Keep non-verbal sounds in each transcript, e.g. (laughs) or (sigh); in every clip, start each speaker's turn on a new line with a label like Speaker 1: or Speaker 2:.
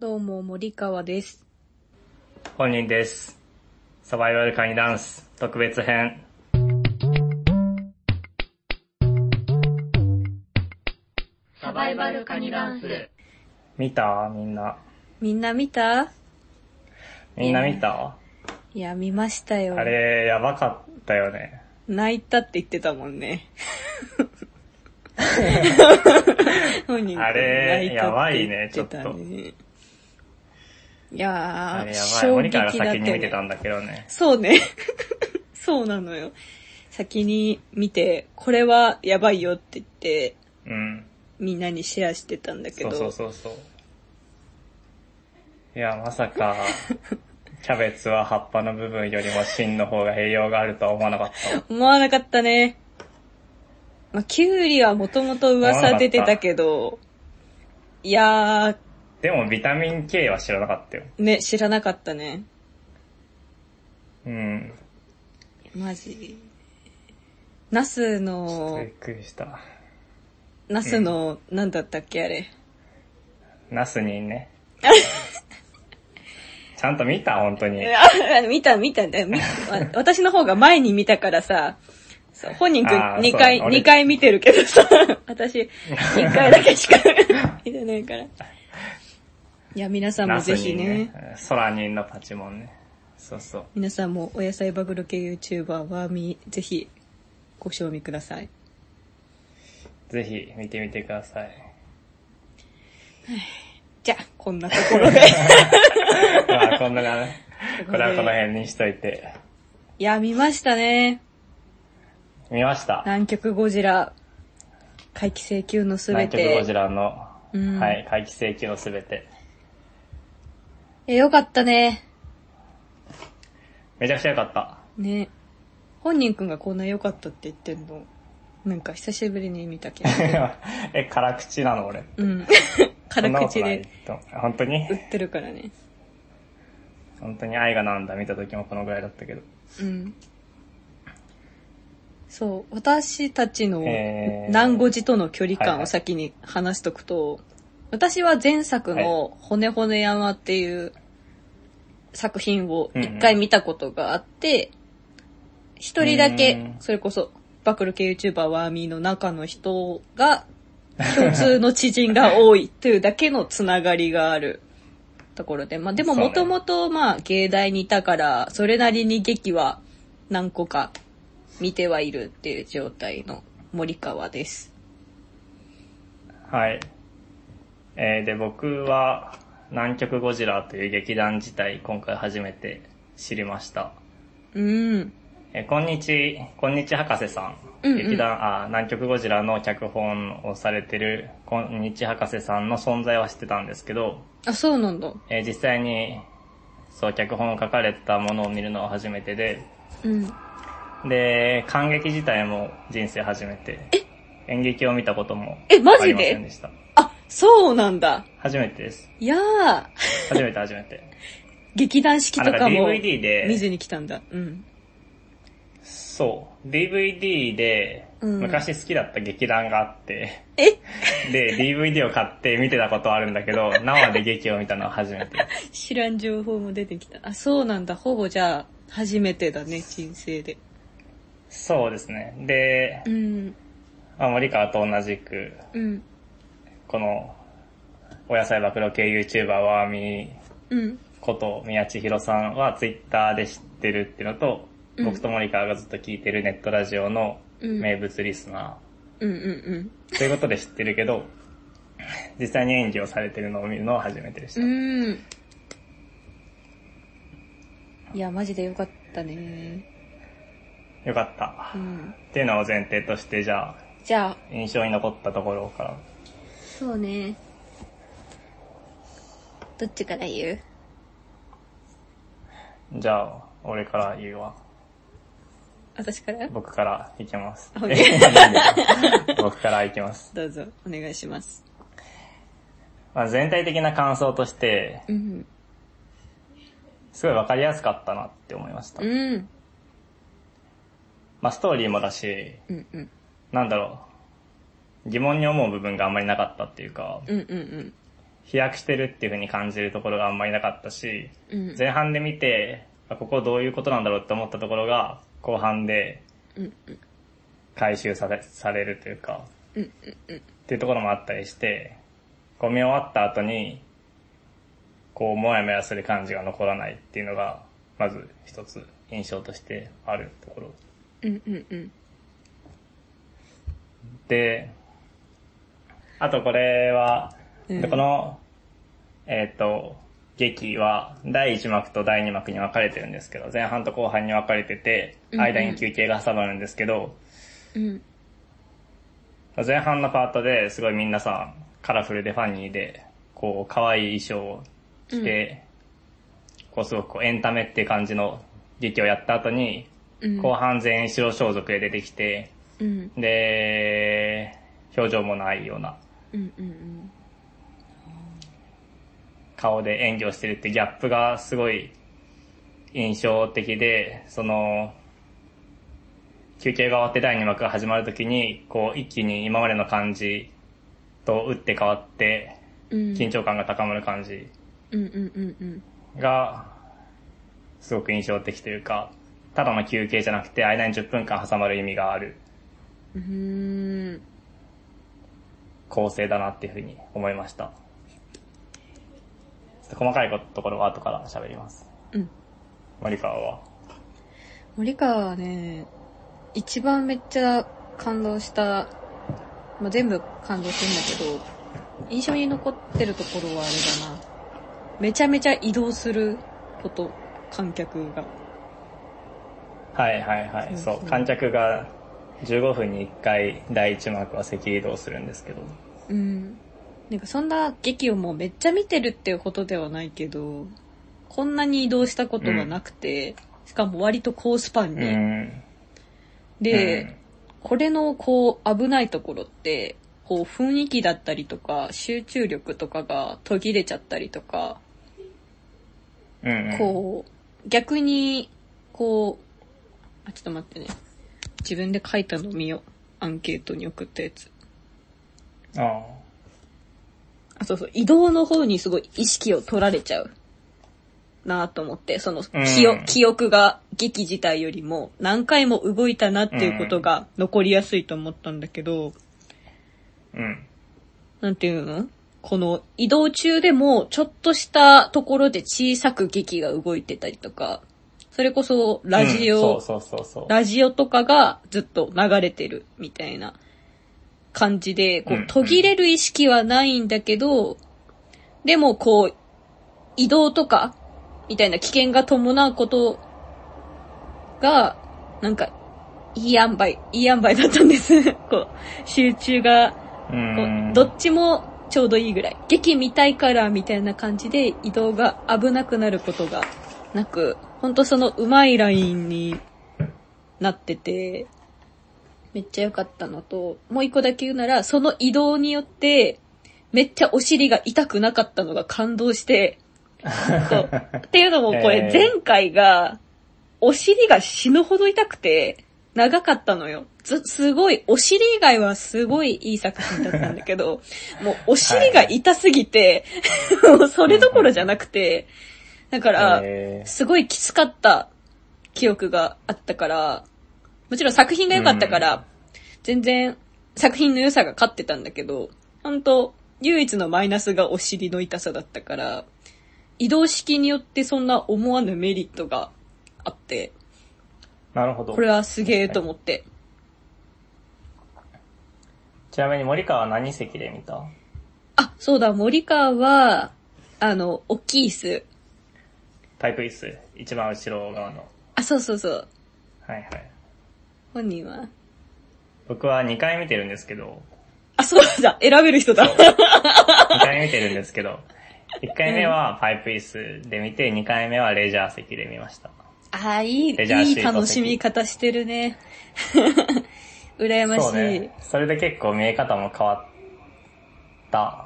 Speaker 1: どうも、森川です。
Speaker 2: 本人です。サバイバルカニダンス特別編。
Speaker 3: サバイバルカニダンス。
Speaker 2: 見たみんな。
Speaker 1: みんな見た
Speaker 2: みんな見た
Speaker 1: いや、見ましたよ。
Speaker 2: あれ、やばかったよね。
Speaker 1: 泣いたって言ってたもん
Speaker 2: (laughs)
Speaker 1: ね。本人
Speaker 2: あれ
Speaker 1: 泣たって言ってた
Speaker 2: やばい
Speaker 1: いや
Speaker 2: あれ
Speaker 1: ー、
Speaker 2: や
Speaker 1: 衝
Speaker 2: ばい。
Speaker 1: 撃
Speaker 2: 森から
Speaker 1: だった
Speaker 2: 先に見て
Speaker 1: ね
Speaker 2: た。んだけどね。
Speaker 1: そうね。 (laughs) そうなのよ。先に見て、これはやばいよって言って、
Speaker 2: うん。
Speaker 1: みんなにシェアしてたんだけ
Speaker 2: そ
Speaker 1: ど。
Speaker 2: うそうそうそう。いや、まさか、キャベツは葉っぱの部分よりも芯の方が栄養があるとは思わなかった。
Speaker 1: 思わなかったね。まあ、キュウリはもともと噂出てたけど、いや
Speaker 2: でもビタミン K は知らなかったよ。
Speaker 1: ー、ね、知らなかったね。
Speaker 2: うん。
Speaker 1: マジ。ナスの
Speaker 2: びっ、くりした。
Speaker 1: ナスの、なんだったっけあれ。
Speaker 2: ナス
Speaker 1: (laughs)
Speaker 2: にね。ちゃんと見た本当に。
Speaker 1: あ見た見たんだよ。み私の方が前に見たからさ、そう本人くん
Speaker 2: あー
Speaker 1: 2
Speaker 2: そう
Speaker 1: 回、
Speaker 2: だ俺
Speaker 1: 二回見てるけどさ、 (laughs) 私1回だけしか
Speaker 2: (laughs)
Speaker 1: 見てないから。いや、皆さんも
Speaker 2: ナス
Speaker 1: ぜひ
Speaker 2: に
Speaker 1: ね
Speaker 2: ね。。ソラニンのパチモンね。そうそう。
Speaker 1: 皆さんもお野菜バグル系 YouTuber はみ、ぜひご賞味ください。
Speaker 2: ぜひ見てみてください。
Speaker 1: (laughs) じゃあ、こんなところで。
Speaker 2: まあ、こんな感じ。
Speaker 1: ここ
Speaker 2: こ
Speaker 1: で
Speaker 2: れはこの辺にしといて。
Speaker 1: (laughs) いや、見ましたね。
Speaker 2: 見ました。
Speaker 1: 南極ゴジラ、回帰請求のすべ
Speaker 2: 南極ゴジ
Speaker 1: て。
Speaker 2: ラの、
Speaker 1: うん
Speaker 2: はい、回帰請求のすべて。
Speaker 1: え、よかったね。
Speaker 2: めちゃくちゃ良かった。 (laughs)
Speaker 1: ね。本人くんがこんな良かったって言ってんの。なんか久しぶりに見たけど。
Speaker 2: え、辛口なの俺。
Speaker 1: うん。辛口で
Speaker 2: そんなことない。本当に
Speaker 1: 売ってるからね。
Speaker 2: 本当に愛がなんだ見た時もこのぐらいだったけど。
Speaker 1: うん。そう、私たちの
Speaker 2: えー
Speaker 1: 南語寺との距離
Speaker 2: はい
Speaker 1: 感
Speaker 2: は
Speaker 1: を
Speaker 2: い
Speaker 1: 先に話しとくと、私は前作の骨骨山っていう作品を一回見たことがあって、一、人だ
Speaker 2: う
Speaker 1: け
Speaker 2: ん、
Speaker 1: それこそバクル系 YouTuber ワーミーの中の人が共通の知人が多いというだけのつながりがあるところで。まあでも
Speaker 2: そうね
Speaker 1: もともとまあ芸大にいたから、それなりに劇は何個か見てはいるっていう状態の森川です。
Speaker 2: はい。えーで、僕は、南極ゴジラという劇団自体、今回初めて知りました。
Speaker 1: うん。
Speaker 2: えーこんにち、こんにち博士さん。
Speaker 1: うんうん
Speaker 2: 劇団、あー、南極ゴジラの脚本をされてる、こんにち博士さんの存在は知ってたんですけど、
Speaker 1: あ、そうなんだ。
Speaker 2: えー実際に、そう、脚本を書かれたものを見るのは初めてで、
Speaker 1: うん。
Speaker 2: で、感激自体も人生初めて。演劇を見たことも
Speaker 1: えマ
Speaker 2: あ
Speaker 1: ジで
Speaker 2: りませんでした。
Speaker 1: あ、そうなんだ。
Speaker 2: 初めてです。
Speaker 1: いやー、
Speaker 2: 初めて初めて。
Speaker 1: 劇団四季と
Speaker 2: あ
Speaker 1: か
Speaker 2: なん
Speaker 1: も
Speaker 2: DVD で
Speaker 1: 見ずに来たんだ。うん。
Speaker 2: そう。DVD で、
Speaker 1: うん
Speaker 2: 昔好きだった劇団があって、
Speaker 1: え
Speaker 2: (laughs) で、DVD を買って見てたことはあるんだ
Speaker 1: (laughs)
Speaker 2: けど、生で劇を見たのは初めて。
Speaker 1: 知らん情報も出てきた。あ、そうなんだ。ほぼじゃあ、初めてだね、人生で。
Speaker 2: そうですね。で
Speaker 1: う、ん。
Speaker 2: まあ森川と同じく、
Speaker 1: うん。
Speaker 2: この、お野菜暴露系 YouTuber ワーミー
Speaker 1: うん。
Speaker 2: こと宮地博さんは Twitter で知ってるっていうのと、
Speaker 1: うん
Speaker 2: 僕と森川がずっと聞いてるネットラジオの名物リスナ
Speaker 1: うんうん
Speaker 2: ー、ということで知ってるけど、実際に演技をされてるのを見るのは初めてでした。
Speaker 1: うん。うん。いや、マジでよかったね。
Speaker 2: よかった
Speaker 1: う。ん。
Speaker 2: っていうのを前提として、じゃあ、
Speaker 1: じゃあ、
Speaker 2: 印象に残ったところから。
Speaker 1: そうね。どっちから言う
Speaker 2: じゃあ、俺から言うわ。
Speaker 1: 私から
Speaker 2: 僕から行きます。
Speaker 1: はい
Speaker 2: えなんで (laughs) 僕から行きます。
Speaker 1: どうぞ、お願いします。
Speaker 2: まあ、全体的な感想として、
Speaker 1: うん。
Speaker 2: すごいわかりやすかったなって思いました
Speaker 1: う。ん。
Speaker 2: まあ、ストーリーもだし、
Speaker 1: うんうん。
Speaker 2: なんだろう、疑問に思う部分があんまりなかったっていうか、
Speaker 1: うんうんうん。
Speaker 2: 飛躍してるっていう風に感じるところがあんまりなかったし、
Speaker 1: うん。
Speaker 2: 前半で見て、あここどういうことなんだろうって思ったところが、後半で
Speaker 1: うん
Speaker 2: 回収されされるというか、
Speaker 1: うんうん
Speaker 2: っていうところもあったりして、こう見終わった後に、こう、もやもやする感じが残らないっていうのが、まず一つ印象としてあるところ。
Speaker 1: うんうんうん。
Speaker 2: で、あとこれは、
Speaker 1: うん
Speaker 2: でこの、えっ、と、劇は第1幕と第2幕に分かれてるんですけど、前半と後半に分かれてて、
Speaker 1: うんうん
Speaker 2: 間に休憩が挟まるんですけど、
Speaker 1: うん。
Speaker 2: 前半のパートですごいみんなさ、カラフルでファニーで、こう、可愛い衣装を着て、こう、すごくこうエンタメっていう感じの劇をやった後に、
Speaker 1: うん。
Speaker 2: 後半全員白装束で出てきて、
Speaker 1: うん。
Speaker 2: で、表情もないような
Speaker 1: うんうんうん。
Speaker 2: 顔で演技をしてるってギャップがすごい印象的で、その、休憩が終わって第2幕が始まるときに、こう一気に今までの感じと打って変わって、
Speaker 1: うん。
Speaker 2: 緊張感が高まる感じ
Speaker 1: うんうんうんうん。
Speaker 2: が、すごく印象的というか、ただの休憩じゃなくて間に10分間挟まる意味がある
Speaker 1: うーん。
Speaker 2: 構成だなっていうふうに思いました。ちょっと細かいことところは後から喋ります。
Speaker 1: うん。
Speaker 2: 森川は。
Speaker 1: 森川はね、一番めっちゃ感動した、まあ、全部感動してんだけど、印象に残ってるところはあれだな。めちゃめちゃ移動すること、観客が。
Speaker 2: はいはいはい、
Speaker 1: そ
Speaker 2: そうう
Speaker 1: そう
Speaker 2: 観客が15分に1回第1幕は席移動するんですけど。
Speaker 1: うん。なんかそんな劇をもうめっちゃ見てるっていうことではないけど、こんなに移動したことがなくて、しかも割と高スパン
Speaker 2: う
Speaker 1: に。
Speaker 2: ん。
Speaker 1: で、
Speaker 2: うん
Speaker 1: これのこう危ないところって、こう雰囲気だったりとか集中力とかが途切れちゃったりとか、
Speaker 2: うん、うん。
Speaker 1: こう逆にこう、あ、ちょっと待ってね。自分で書いたの見よう。アンケートに送ったやつ。
Speaker 2: ああ
Speaker 1: あ、そうそう。移動の方にすごい意識を取られちゃう。なぁと思って、その記憶、
Speaker 2: うん
Speaker 1: 記憶が劇自体よりも何回も動いたなっていうことが残りやすいと思ったんだけど、
Speaker 2: うん。
Speaker 1: なんていうのこの移動中でもちょっとしたところで小さく劇が動いてたりとか、それこそラジオ、
Speaker 2: うんそうそうそうそう。
Speaker 1: ラジオとかがずっと流れてるみたいな感じで、こ
Speaker 2: う
Speaker 1: うん途切れる意識はないんだけど、でもこう移動とかみたいな危険が伴うことが、なんかいい塩梅、いい塩梅だったんです。 (laughs) こう集中が
Speaker 2: う。
Speaker 1: こうんどっちもちょうどいいぐらい。劇見たいからみたいな感じで移動が危なくなることがなく、ほんとそのうまいラインになってて、めっちゃ良かったのと、もう一個だけ言うなら、その移動によって、めっちゃお尻が痛くなかったのが感動して、そうっていうのもこれ
Speaker 2: えー
Speaker 1: 前回が、お尻が死ぬほど痛くて、長かったのよ。ず、すごい、お尻以外はすごいいい作品だったんだけ
Speaker 2: (laughs)
Speaker 1: ど、もうお尻が痛すぎて、 (laughs) もうそれどころじゃなくて、だから、
Speaker 2: えー
Speaker 1: すごいきつかった記憶があったから、もちろん作品が良かったから、
Speaker 2: うん
Speaker 1: 全然作品の良さが勝ってたんだけど、本当唯一のマイナスがお尻の痛さだったから、移動式によってそんな思わぬメリットがあって、
Speaker 2: なるほど。
Speaker 1: これはすげえと思って。
Speaker 2: ちなみに森川は何席で見た
Speaker 1: あ、そうだ、森川は、あの、大きい椅子。
Speaker 2: タイプ椅子。一番後ろ側の。
Speaker 1: あ、そうそうそう。
Speaker 2: はいはい。
Speaker 1: 本人は。
Speaker 2: 僕は2回見てるんですけ
Speaker 1: (laughs)
Speaker 2: ど、
Speaker 1: あ、そうだ、選べる人だ。
Speaker 2: 2回見てるんですけど、1回目はパイプ椅子で見て、2回目はレジャー席で見ました。
Speaker 1: (laughs) ああ、いい、い
Speaker 2: レジャーシート
Speaker 1: い楽しみ方してるね。 (laughs) 羨ま
Speaker 2: そう
Speaker 1: しい。
Speaker 2: ね。それで結構見え方も変わった。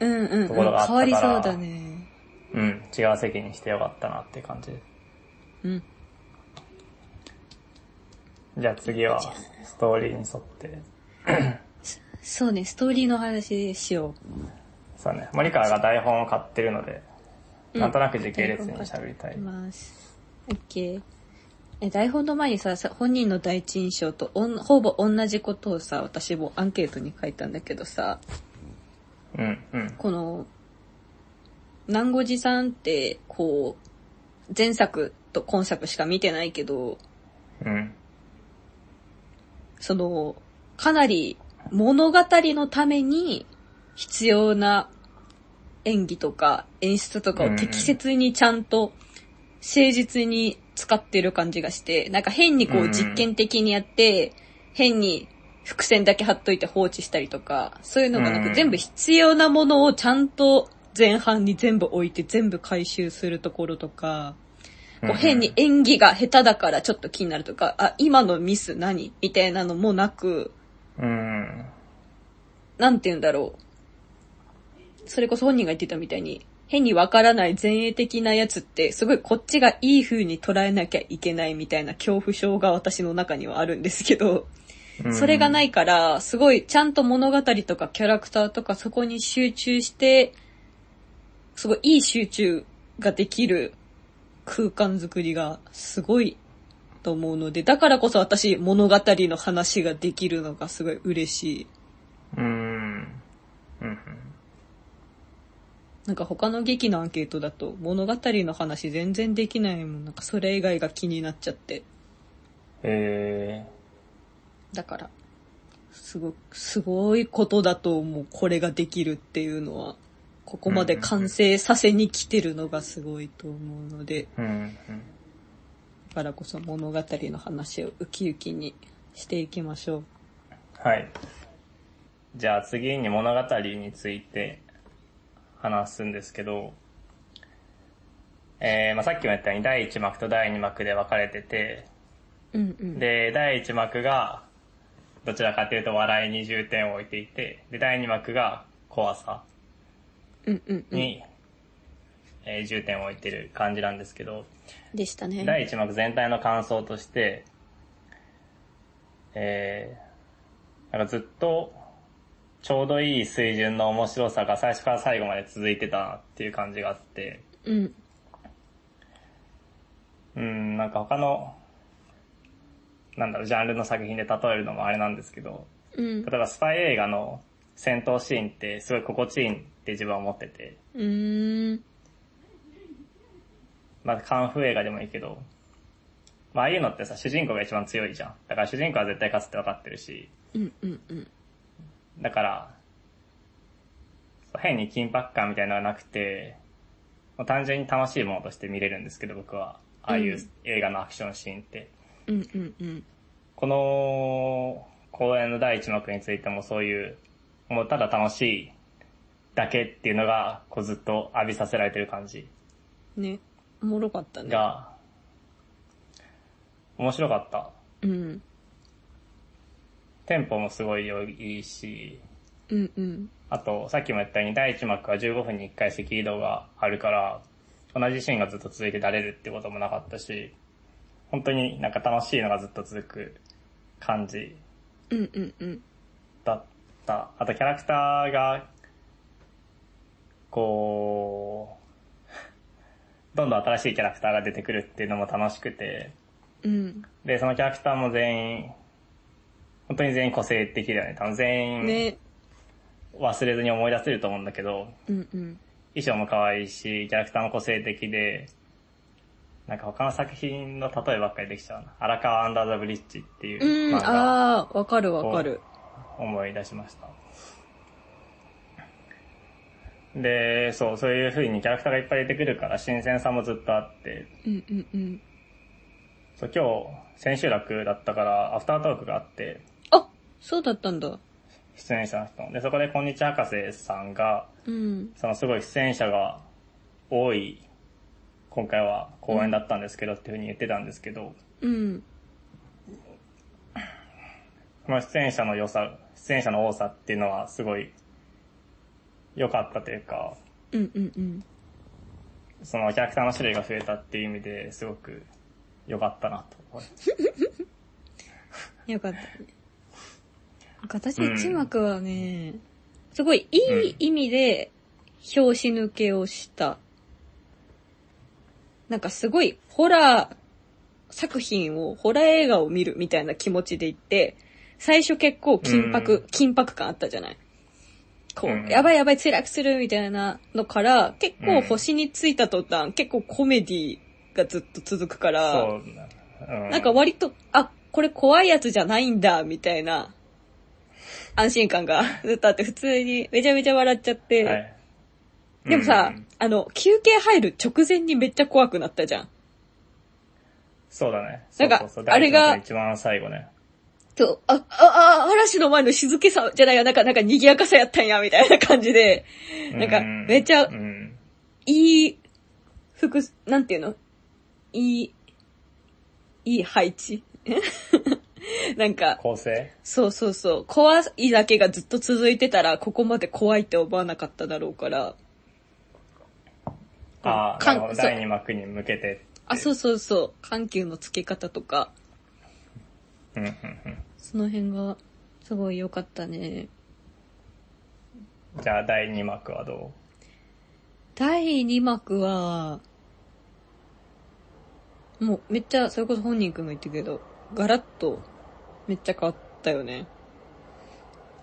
Speaker 1: うんうん、うん。
Speaker 2: ところがあ
Speaker 1: 変
Speaker 2: ったか
Speaker 1: わ
Speaker 2: ら
Speaker 1: りそうだね。
Speaker 2: うん、違う席にしてよかったなって感じです。
Speaker 1: うん。
Speaker 2: じゃあ次は、ストーリーに沿って。
Speaker 1: そうね、ストーリーの話しよう。
Speaker 2: そうね。森川が台本を買ってるので、
Speaker 1: うん
Speaker 2: なんとなく時系列に喋りたい
Speaker 1: い。ます。オッケー。え、台本の前にさ、さ本人の第一印象とおんほぼ同じことをさ、私もアンケートに書いたんだけどさ、
Speaker 2: うん、うん。
Speaker 1: この、南語寺さんって、こう、前作と今作しか見てないけど、
Speaker 2: うん。
Speaker 1: その、かなり物語のために必要な演技とか演出とかを適切にちゃんと誠実に使ってる感じがして、なんか変にこ
Speaker 2: う
Speaker 1: うん実験的にやって、変に伏線だけ貼っといて放置したりとか、そういうのがな
Speaker 2: う
Speaker 1: く
Speaker 2: ん
Speaker 1: 全部必要なものをちゃんと前半に全部置いて全部回収するところとか、こう変に演技が下手だからちょっと気になるとか、あ、今のミス何みたいなのもなく、
Speaker 2: うん。
Speaker 1: なんて言うんだろう。それこそ本人が言ってたみたいに、変にわからない前衛的なやつって、すごいこっちがいい風に捉えなきゃいけないみたいな恐怖症が私の中にはあるんですけど、
Speaker 2: うん。
Speaker 1: それがないいから、すごいちゃんと物語とかキャラクターとかそこに集中して、すごいいい集中ができる空間作りがすごいと思うので、だからこそ私物語の話ができるのがすごい嬉しい。
Speaker 2: うん。うん。
Speaker 1: なんか他の劇のアンケートだと物語の話全然できないもん。なんかそれ以外が気になっちゃって。
Speaker 2: え
Speaker 1: だから、すご、すごいことだと思う。これができるっていうのは、ここまで完成させに来てるのがすごいと思うので、
Speaker 2: ー、うん。うん
Speaker 1: だからこそ物語の話をウキウキにしていきましょう。
Speaker 2: はい。じゃあ次に物語について話すんですけど、えー、まあさっきも言ったように第1幕と第2幕で分かれてて、
Speaker 1: うんうん。
Speaker 2: で、第1幕がどちらかというと笑いに重点を置いていて、で、第2幕が怖さ
Speaker 1: うんうんうん。
Speaker 2: に、えー重点を置いてる感じなんですけど、
Speaker 1: でしたね。
Speaker 2: 第1幕全体の感想として、えー、なんかずっと、ちょうどいい水準の面白さが最初から最後まで続いてたなっていう感じがあって、
Speaker 1: うん。
Speaker 2: うん、なんか他の、なんだろう、ジャンルの作品で例えるのもあれなんですけど、
Speaker 1: うん。
Speaker 2: 例えばスパイ映画の戦闘シーンってすごい心地いいって自分は思ってて、
Speaker 1: うーん。
Speaker 2: まあカンフー映画でもいいけど、まあああいうのってさ、主人公が一番強いじゃん。だから主人公は絶対勝つって分かってるし、
Speaker 1: うんうんうん。
Speaker 2: だから、そう変に緊迫感みたいなのがなくて、もう単純に楽しいものとして見れるんですけど、僕は。ああいう映画のアクションシーンって。
Speaker 1: うんうんうん。
Speaker 2: この公演の第一幕についてもそういう、もうただ楽しいだけっていうのが、こうずっと浴びさせられてる感じ
Speaker 1: ね。おもろかったね。
Speaker 2: が、面白かった。
Speaker 1: うん。
Speaker 2: テンポもすごい良いし、
Speaker 1: うんうん。
Speaker 2: あと、さっきも言ったように第1幕は15分に1回赤移動があるから、同じシーンがずっと続いてられるってこともなかったし、本当になんか楽しいのがずっと続く感じ
Speaker 1: うんうんうん。
Speaker 2: だった。あとキャラクターが、こう、ど (laughs) んどん新しいキャラクターが出てくるっていうのも楽しくて、
Speaker 1: うん。
Speaker 2: で、そのキャラクターも全員、本当に全員個性的だよね。多分全員
Speaker 1: ね。
Speaker 2: 忘れずに思い出せると思うんだけど、
Speaker 1: うんうん。
Speaker 2: 衣装も可愛いし、キャラクターも個性的で、なんか他の作品の例えばっかりできちゃうな。荒川アンダーザブリッジっていう
Speaker 1: うん、
Speaker 2: 漫画
Speaker 1: ああ、わかるわかる。
Speaker 2: 思い出しました。で、そう、そういう風にキャラクターがいっぱい出てくるから新鮮さもずっとあって、
Speaker 1: うんうんうん。
Speaker 2: そう今日、千秋楽だったからアフタートークがあって、
Speaker 1: あ、そうだったんだ。
Speaker 2: 出演者の人の。で、そこでこんにちは博士さんが、
Speaker 1: うん。
Speaker 2: そのすごい出演者が多い、今回は公演だったんですけどっていうふうに言ってたんですけど、
Speaker 1: うん。
Speaker 2: その出演者の良さ、出演者の多さっていうのはすごい良かったというか、
Speaker 1: うんうんうん。
Speaker 2: そのキャラクターの種類が増えたっていう意味ですごく良かったなと思います。
Speaker 1: よかったね。なんか私、一幕はね、すごいいい意味で、拍子抜けをした。なんかすごい、ホラー作品を、ホラー映画を見るみたいな気持ちで行って、最初結構緊迫、
Speaker 2: うん
Speaker 1: 緊迫感あったじゃないこう、
Speaker 2: うん
Speaker 1: やばいやばい墜落するみたいなのから、結構星についた途端、結構コメディがずっと続くから、
Speaker 2: そう。うん
Speaker 1: なんか割と、あ、これ怖いやつじゃないんだ、みたいな、安心感が (laughs) ずっとあって、普通にめちゃめちゃ笑っちゃって、
Speaker 2: はい
Speaker 1: でもさ、
Speaker 2: うん
Speaker 1: あの、休憩入る直前にめっちゃ怖くなったじゃん。
Speaker 2: そうだね。
Speaker 1: なんか
Speaker 2: そうそうそう
Speaker 1: あれが
Speaker 2: 大事なこと一番最後ね。
Speaker 1: と、あ、あ、あ、嵐の前の静けさじゃないや、なんか、なんか賑やかさやったんや、みたいな感じで、なんか
Speaker 2: う
Speaker 1: めっちゃ
Speaker 2: うん。
Speaker 1: いい、服、なんていうのいい、いい配置 (laughs) なんか、
Speaker 2: 構成
Speaker 1: そうそうそう。怖いだけがずっと続いてたら、ここまで怖いって思わなかっただろうから。
Speaker 2: ああ、
Speaker 1: か
Speaker 2: なんるほど。
Speaker 1: そう
Speaker 2: 第2幕に向けて。
Speaker 1: あ、そうそうそう。緩急のつけ方とか、
Speaker 2: うんうん
Speaker 1: その辺が、すごい良かったね。
Speaker 2: うんじゃあ、第2幕はど
Speaker 1: 第2幕は、もうめっちゃ、それこそ本人くんも言ったけど、ガラッとめっちゃ変わったよね。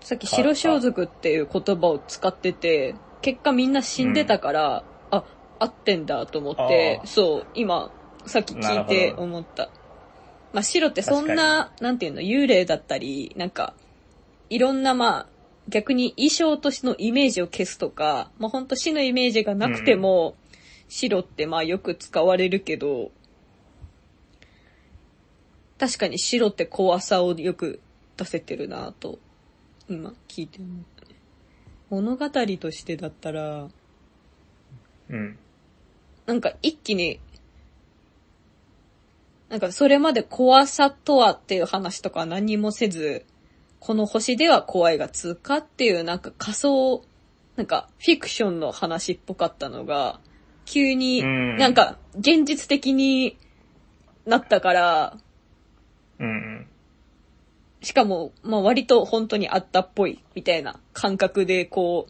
Speaker 1: さっき白装束っていう言葉を使ってて、結果みんな死んでたから、あ、合ってんだと思って
Speaker 2: あ、ー
Speaker 1: そう、今、さっき聞い
Speaker 2: な
Speaker 1: て
Speaker 2: るほど
Speaker 1: 思った。まあ白ってそんな、なんていうの、幽霊だったり、なんか、いろんなまあ、逆に衣装としてのイメージを消すとか、まあほんと死のイメージがなくても、白ってまあよく使われるけど、確かに白って怖さをよく出せてるなぁと、今聞いて思ったね。物語としてだったら、
Speaker 2: ううん。
Speaker 1: なんか一気に、なんかそれまで怖さとはっていう話とか何もせず、この星では怖いが通過っていうなんか仮想、なんかフィクションの話っぽかったのが、急に
Speaker 2: うん
Speaker 1: なんか現実的になったから、
Speaker 2: うんうん。
Speaker 1: しかも、まあ割と本当にあったっぽいみたいな感覚でこ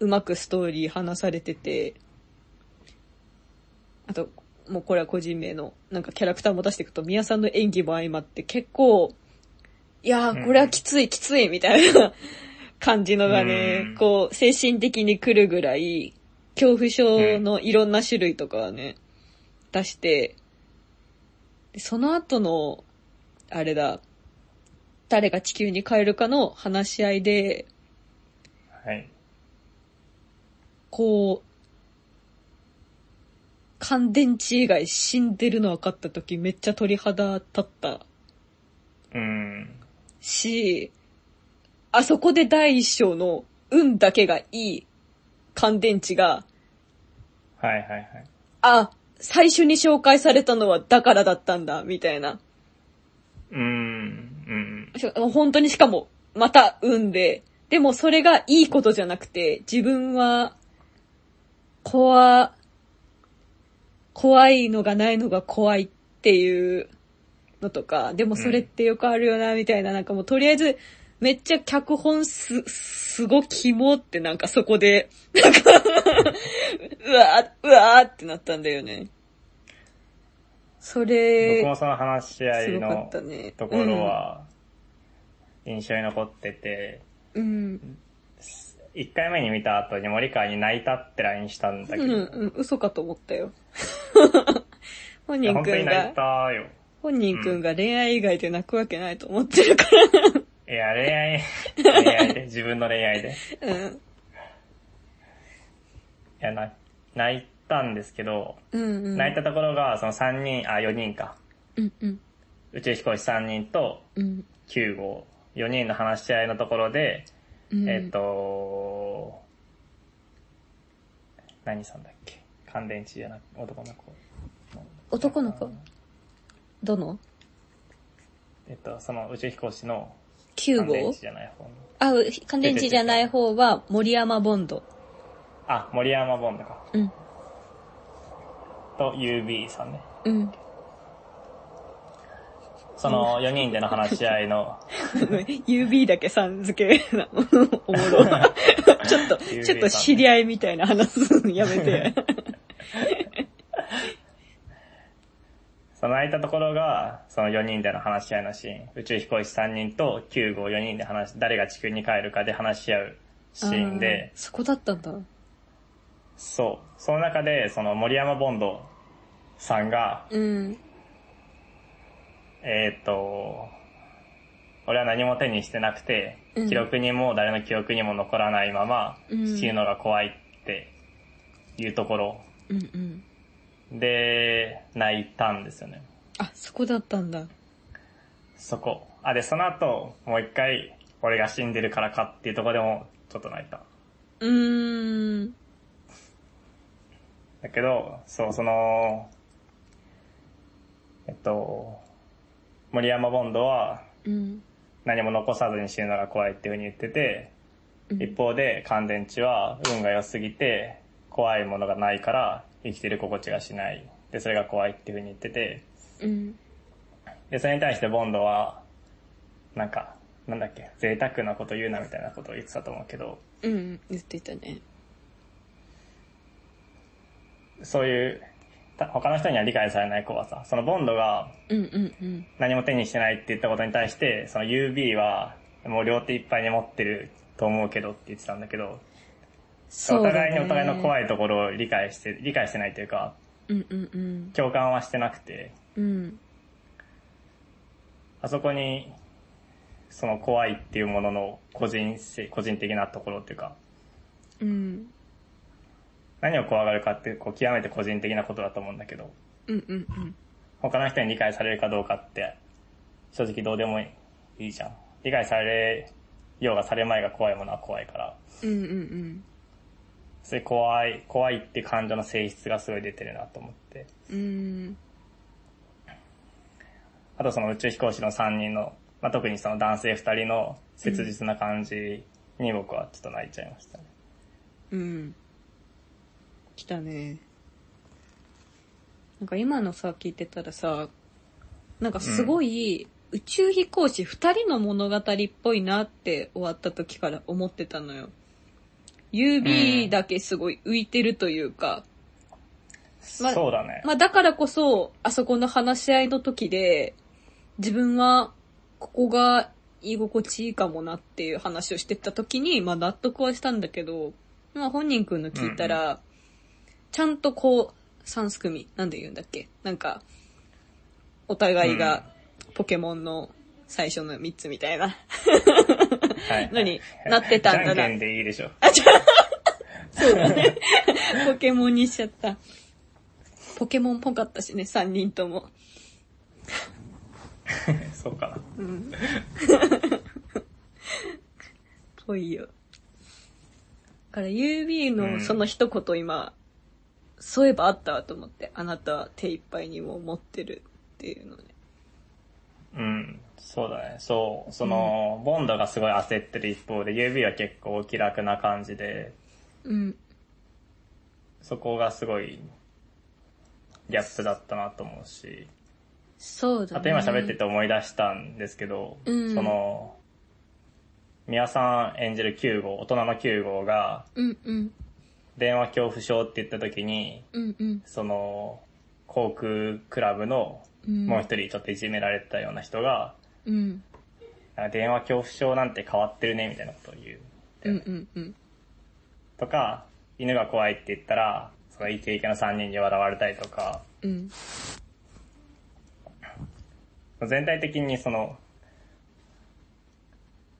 Speaker 1: う、うまくストーリー話されてて、あと、もうこれは個人名の、なんかキャラクターも出していくと、宮さんの演技も相まって結構、いや
Speaker 2: う
Speaker 1: ー、
Speaker 2: ん
Speaker 1: これはきついきついみたいな感じのがね、
Speaker 2: うん
Speaker 1: こう、精神的に来るぐらい、恐怖症のいろんな種類とかはね、出して、でその後の、あれだ、誰が地球に帰るかの話し合いで、
Speaker 2: はい。
Speaker 1: こう、乾電池以外死んでるの分かった時めっちゃ鳥肌立った
Speaker 2: うん。
Speaker 1: し、あそこで第一章の運だけがいい乾電池が、
Speaker 2: はいはいはい。
Speaker 1: あ、最初に紹介されたのはだからだったんだ、みたいな。
Speaker 2: うん。うん。
Speaker 1: し本当にしかも、また運で、でもそれがいいことじゃなくて、自分は、怖、怖いのがないのが怖いっていうのとか、でもそれってよくあるよな、みたいな、なんかもうとりあえず、めっちゃ脚本す、すごキモってなんかそこで、なんかうわー、うわーってなったんだよね。それ、
Speaker 2: 僕もその話し合い
Speaker 1: すごかっ
Speaker 2: の
Speaker 1: たね
Speaker 2: ところは、印象に残ってて、
Speaker 1: うん。
Speaker 2: 1回目に見た後に森川に泣いたって LINE したんだけ
Speaker 1: う
Speaker 2: ど、
Speaker 1: んうん、嘘かと思ったよ。 (laughs) 本
Speaker 2: いや
Speaker 1: 人
Speaker 2: 本
Speaker 1: く
Speaker 2: 当に
Speaker 1: ん
Speaker 2: 泣い
Speaker 1: が、
Speaker 2: たよ。
Speaker 1: 本人くんが恋愛以外で泣くわけないと思ってるから。
Speaker 2: いや、恋
Speaker 1: (laughs)
Speaker 2: 愛、恋愛で、自分の恋愛で。い
Speaker 1: うん。
Speaker 2: や、泣泣いたんですけど、
Speaker 1: うんうん。
Speaker 2: 泣いたところが、その3人、あ、4人か。
Speaker 1: うんうん。
Speaker 2: 宇宙飛行士3人と
Speaker 1: うん。
Speaker 2: 9号、4人の話し合いのところで、
Speaker 1: うん。
Speaker 2: えっ、と、何さんだっけ乾電池じゃなく、男の子。
Speaker 1: 男の子どの
Speaker 2: えっと、その宇宙飛行士の
Speaker 1: ?9
Speaker 2: 乾電
Speaker 1: 号
Speaker 2: 池じゃない方の。
Speaker 1: あ、乾電池じゃない方は森山ボンド。
Speaker 2: あ、森山ボンドか。
Speaker 1: うん。 (laughs)
Speaker 2: と UB さんね。
Speaker 1: うん。
Speaker 2: その4人での話し合
Speaker 1: (laughs)
Speaker 2: いの、
Speaker 1: UB だけさん付けなおもろ。
Speaker 2: (laughs)
Speaker 1: ちょっと、
Speaker 2: UB
Speaker 1: ちょっと知り合いみたいな話すのやめ
Speaker 2: (laughs)
Speaker 1: て。
Speaker 2: その空いたところが、その4人での話し合いのシーン。宇宙飛行士3人と9号4人で話し、誰が地球に帰るかで話し合うシーンで
Speaker 1: あ、ーそこだったんだ。
Speaker 2: そう。その中で、その森山ボンドさんが、
Speaker 1: うん。
Speaker 2: えーっと、俺は何も手にしてなくて、
Speaker 1: うん
Speaker 2: 記録にも誰の記憶にも残らないまま、
Speaker 1: うん
Speaker 2: 地球のが怖いっていうところ
Speaker 1: うんうん。
Speaker 2: で、泣いたんですよね。
Speaker 1: あ、そこだったんだ。
Speaker 2: そこ。あ、で、その後、もう一回、俺が死んでるからかっていうところでも、ちょっと泣いた。
Speaker 1: うーん。
Speaker 2: だけど、そう、その、えっと、森山ボンドは、
Speaker 1: うん。
Speaker 2: 何も残さずに死ぬのが怖いっていう風に言ってて、
Speaker 1: うん
Speaker 2: 一方で乾電池は運が良すぎて怖いものがないから生きてる心地がしない。で、それが怖いっていう風に言ってて、
Speaker 1: うん。
Speaker 2: で、それに対してボンドは、なんか、なんだっけ、贅沢なこと言うなみたいなことを言ってたと思うけど、
Speaker 1: うん。言っていたね。
Speaker 2: そういう、た他の人には理解されない怖さ。そのボンドが
Speaker 1: うんうんうん。
Speaker 2: 何も手にしてないって言ったことに対して、その UB はもう両手いっぱいに持ってると思うけどって言ってたんだけど、
Speaker 1: そ
Speaker 2: お互いにお互いの
Speaker 1: い。
Speaker 2: 怖いところを理解して、理解してないというか、
Speaker 1: うんうんうん。
Speaker 2: 共感はしてなくて、
Speaker 1: うん。
Speaker 2: あそこに、その怖いっていうものの個人性、個人的なところっていうか、
Speaker 1: うん。
Speaker 2: 何を怖がるかって、こう、極めて個人的なことだと思うんだけど、
Speaker 1: うんうんうん。
Speaker 2: 他の人に理解されるかどうかって、正直どうでもいいじゃん。理解されようがされまいが怖いものは怖いから、
Speaker 1: うんうんうん。
Speaker 2: そういう怖い、怖いっていう感情の性質がすごい出てるなと思って。
Speaker 1: うん。
Speaker 2: あとその宇宙飛行士の3人の、まあ、特にその男性2人の切実な感じに僕はちょっと泣いちゃいましたね。
Speaker 1: うん。来たね。なんか今のさ、聞いてたらさ、なんかすごい、宇宙飛行士二人の物語っぽいなって終わった時から思ってたのよ。
Speaker 2: う
Speaker 1: UB
Speaker 2: ん
Speaker 1: だけすごい浮いてるというか、ま
Speaker 2: そうだね。
Speaker 1: まあだからこそ、あそこの話し合いの時で、自分はここが居心地いいかもなっていう話をしてた時に、まあ納得はしたんだけど、まあ本人くんの聞いたら、ちゃんとこう、三組、なんで言うんだっけなんか、お互いがポケモンの最初の三つみたいな、
Speaker 2: はい。
Speaker 1: 何なってたんだ
Speaker 2: じゃんけ
Speaker 1: な。
Speaker 2: んでいいで
Speaker 1: (laughs)
Speaker 2: しょ。
Speaker 1: ポケモンにしちゃった。ポケモンっぽかったしね、三人とも。
Speaker 2: そうかな。
Speaker 1: うん。ぽいよ。だから UB
Speaker 2: うん
Speaker 1: のその一言今、そういえばあったわと思って、あなたは手いっぱいにも持ってるっていうのね。
Speaker 2: うん。そうだね。そう。その、ボンドがすごい焦ってる一方で、UB は結構お気楽な感じで、
Speaker 1: うん。
Speaker 2: そこがすごい、ギャップだったなと思うし。
Speaker 1: そうだね。
Speaker 2: あと今喋ってて思い出したんですけど、
Speaker 1: うん
Speaker 2: その、宮さん演じる9号、大人の9号が、
Speaker 1: うんうん。
Speaker 2: 電話恐怖症って言った時に、
Speaker 1: うんうん。
Speaker 2: その、航空クラブの、
Speaker 1: うん
Speaker 2: もう一人ちょっといじめられてたような人が、
Speaker 1: うん。
Speaker 2: なんか電話恐怖症なんて変わってるね、みたいなことを言う。
Speaker 1: うんうんうん。
Speaker 2: とか、犬が怖いって言ったら、そのイケイケの3人に笑われたりとか、
Speaker 1: うん。
Speaker 2: 全体的にその、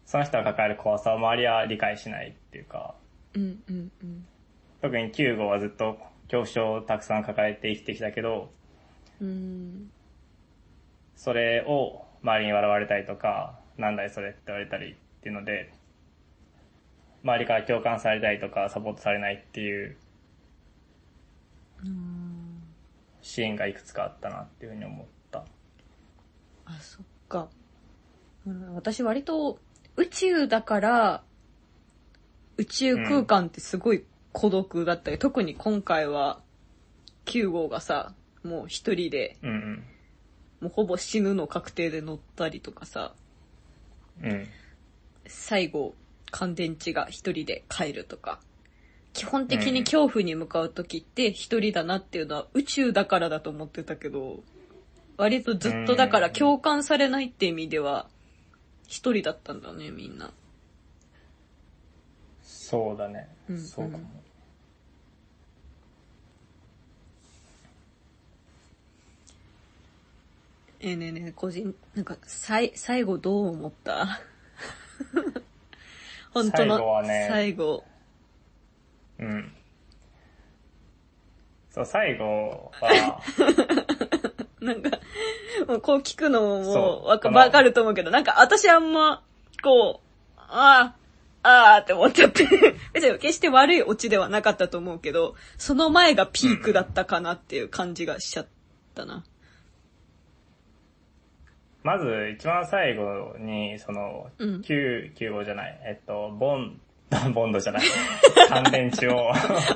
Speaker 2: その人が抱える怖さを周りは理解しないっていうか、
Speaker 1: うんうんうん。
Speaker 2: 特に9号はずっと恐怖症をたくさん抱えて生きてきたけど、
Speaker 1: うん。
Speaker 2: それを周りに笑われたりとか、なんだいそれって言われたりっていうので、周りから共感されたりとかサポートされないっていう
Speaker 1: うん
Speaker 2: シーンがいくつかあったなっていうふうに思った。
Speaker 1: あ、そっか。うん、私割と宇宙だから、宇宙空間ってすごい孤独だったり、特に今回は9号がさ、もう一人で
Speaker 2: うん
Speaker 1: もうほぼ死ぬの確定で乗ったりとかさ、
Speaker 2: うん。
Speaker 1: 最後、乾電池が一人で帰るとか。基本的に恐怖に向かう時って一人だなっていうのは宇宙だからだと思ってたけど、割とずっとだから
Speaker 2: うん
Speaker 1: 共感されないって意味では、一人だったんだね、みんな。
Speaker 2: そうだね。
Speaker 1: うん
Speaker 2: そうかも。
Speaker 1: えーねえねえ、個人、なんか、さい、最後どう思った (laughs) 本当の
Speaker 2: 最後はね
Speaker 1: 最後
Speaker 2: うん。そう、最後
Speaker 1: (laughs)
Speaker 2: は、
Speaker 1: なんか、もうこう聞くのもも
Speaker 2: そうう
Speaker 1: わか
Speaker 2: あの
Speaker 1: わかると思うけど、なんか私あんま、こう、ああ、ああって思っちゃって、 (laughs) 別に決して悪いオチではなかったと思うけど、その前がピークだったかなっていう感じがしちゃったな。 (laughs)
Speaker 2: まず一番最後に、その、
Speaker 1: うん
Speaker 2: 9、9号じゃない、えっと、ボン、 (laughs) ボン
Speaker 1: (laughs)
Speaker 2: ドじゃない、乾電池を、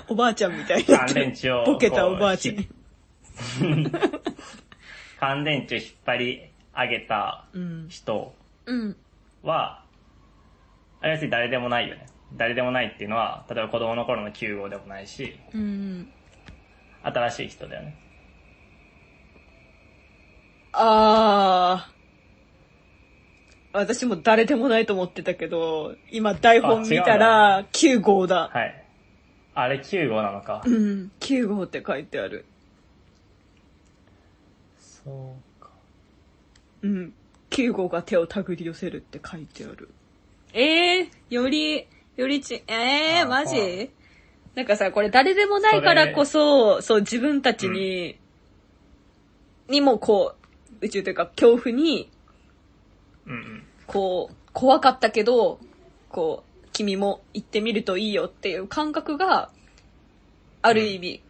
Speaker 1: おばあちゃんみたいな
Speaker 2: 乾。電池を、
Speaker 1: ボケたおばあちゃ
Speaker 2: こうひ
Speaker 1: ん。
Speaker 2: 乾電池を引っ張り上げた
Speaker 1: うん。
Speaker 2: 人
Speaker 1: うん。
Speaker 2: は、あれは別に誰でもないよね。誰でもないっていうのは、例えば子供の頃の9号でもないし、
Speaker 1: うん。
Speaker 2: 新しい人だよね。
Speaker 1: ああ。私も誰でもないと思ってたけど、今台本見たら9号だ。
Speaker 2: はい。あれ9号なのか。
Speaker 1: うん、9号って書いてある。
Speaker 2: そうか。
Speaker 1: うん。9号が手を手繰り寄せるって書いてある。ええー、より、よりち、ええー、
Speaker 2: あ
Speaker 1: マ
Speaker 2: そうな
Speaker 1: ジなんかさ、これ誰でもないからこそ、そう自分たちに、にもこう、宇宙というか恐怖に、
Speaker 2: うんうん。
Speaker 1: こう、怖かったけど、こう、君も行ってみるといいよっていう感覚が、ある意味、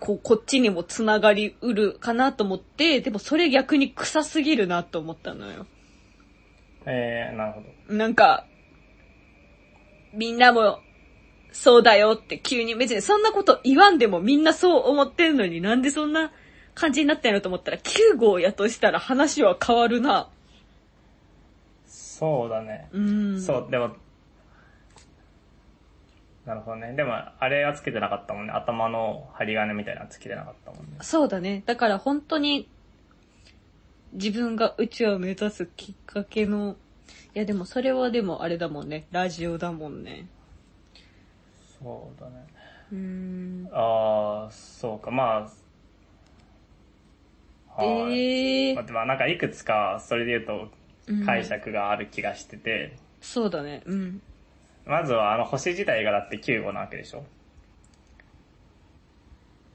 Speaker 1: こう、こっちにもつながりうるかなと思って、でもそれ逆に臭すぎるなと思ったのよ。
Speaker 2: えー、なるほど。
Speaker 1: なんか、みんなも、そうだよって急に、別にそんなこと言わんでもみんなそう思ってんのになんでそんな感じになってんのと思ったら、9号やとしたら話は変わるな。
Speaker 2: そうだね。
Speaker 1: うん。
Speaker 2: そう、でも、なるほどね。でも、あれはつけてなかったもんね。頭の針金みたいなのつけてなかったもんね。
Speaker 1: そうだね。だから本当に、自分が宇宙を目指すきっかけの、いやでもそれはでもあれだもんね。ラジオだもんね。
Speaker 2: そうだね。
Speaker 1: うーん。
Speaker 2: あー、そうか、まあ、はい。
Speaker 1: え
Speaker 2: ま
Speaker 1: ー
Speaker 2: あ、でもなんかいくつか、それで言う
Speaker 1: うん
Speaker 2: と、解釈がある気がしてて、
Speaker 1: そうだね。うん。
Speaker 2: まずはあの星自体がだって9号なわけでしょ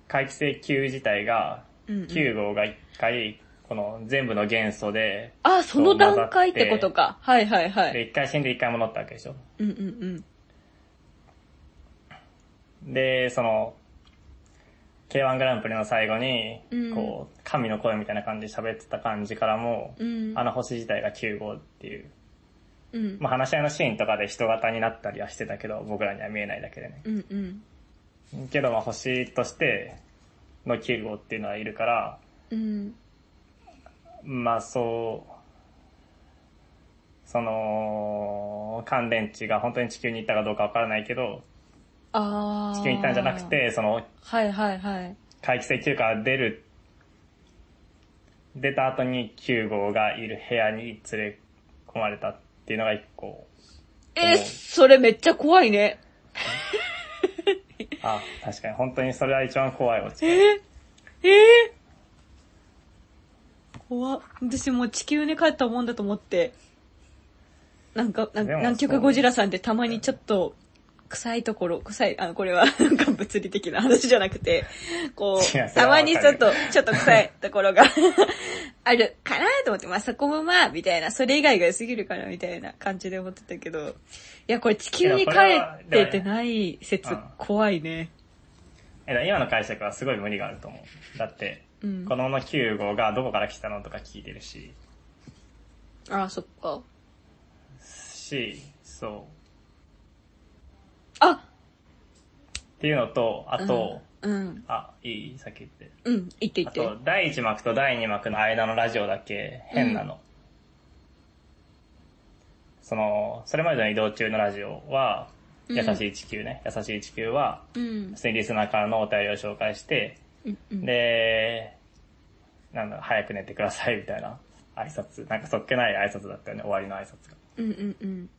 Speaker 2: 回帰星9自体が、
Speaker 1: うんうん
Speaker 2: 9号が一回、この全部の元素で、
Speaker 1: あ、その段階ってことか。はいはいはい。
Speaker 2: で、一回死んで一回戻ったわけでしょ
Speaker 1: うんうんうん。
Speaker 2: で、その、K1 グランプリの最後に、
Speaker 1: うん
Speaker 2: こう、神の声みたいな感じで喋ってた感じからも、
Speaker 1: うん
Speaker 2: あの星自体が9号っていう、
Speaker 1: うん。
Speaker 2: まあ話し合いのシーンとかで人型になったりはしてたけど、僕らには見えないだけでね。
Speaker 1: うんうん。
Speaker 2: けどまあ星としての9号っていうのはいるから、
Speaker 1: うん。
Speaker 2: まあそう、その、乾電池が本当に地球に行ったかどうかわからないけど、
Speaker 1: あー。
Speaker 2: 地球に行ったんじゃなく。て、その
Speaker 1: はいはいはい。
Speaker 2: 回帰性9から出る、出た後に9号がいる部屋に連れ込まれたっていうのが一個。
Speaker 1: えー、それめっちゃ怖いね。
Speaker 2: あ、
Speaker 1: (laughs)
Speaker 2: 確かに本当にそれは一番怖いオチ。
Speaker 1: ええ怖っ。私もう地球に帰ったもんだと思って、なんか、なん
Speaker 2: でも
Speaker 1: 南極ゴジラさんってたまにちょっと、臭いところ、臭い、あの、これは、 (laughs) なんか物理的な話じゃなくて、こ
Speaker 2: いや
Speaker 1: う、
Speaker 2: それ
Speaker 1: たま
Speaker 2: はわかる
Speaker 1: にちょっと、ちょっと臭いところが、 (laughs) あるかなと思って、まあ、そこもまあ、みたいな、それ以外が良すぎるから、みたいな感じで思ってたけど、いや、これ地球に帰っててない説
Speaker 2: うん
Speaker 1: 怖いね。
Speaker 2: えだ今の解釈はすごい無理があると思う。だって、
Speaker 1: うん
Speaker 2: 子供の9号がどこから来たのとか聞いてるし、
Speaker 1: ああ、そっか。
Speaker 2: し、そう。
Speaker 1: あ
Speaker 2: っていうのと、あと、
Speaker 1: うん。
Speaker 2: あ、いい先言って。
Speaker 1: うん。言って言
Speaker 2: あ
Speaker 1: って。
Speaker 2: と、第1幕と第2幕の間のラジオだけ変なの。その、それまでの移動中のラジオは、
Speaker 1: うん
Speaker 2: 優しい地球ね。優しい地球は、
Speaker 1: うん
Speaker 2: 普。通にリスナーからのお便りを紹介して、
Speaker 1: うんうん。
Speaker 2: で、なんだ、早く寝てくださいみたいな挨拶。なんかそっけない挨拶だったよね、終わりの挨拶が。
Speaker 1: うんうんうん。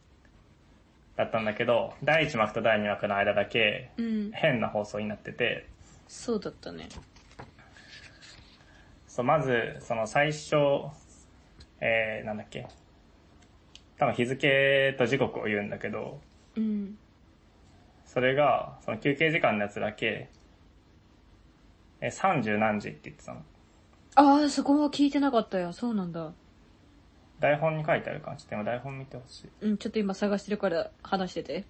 Speaker 2: だったんだけど、第1幕と第2幕の間だけ、
Speaker 1: うん。
Speaker 2: 変な放送になってて、
Speaker 1: そうだったね。
Speaker 2: そう、まず、その最初、えー、なんだっけ。多分日付と時刻を言うんだけど、
Speaker 1: うん。
Speaker 2: それが、その休憩時間のやつだけ、えー、30何時って言ってたの。
Speaker 1: ああ、そこは聞いてなかったよ。そうなんだ。
Speaker 2: 台本に書いてあるから、ちょっと今台本見てほしい。
Speaker 1: うん、ちょっと今探してるから話してて。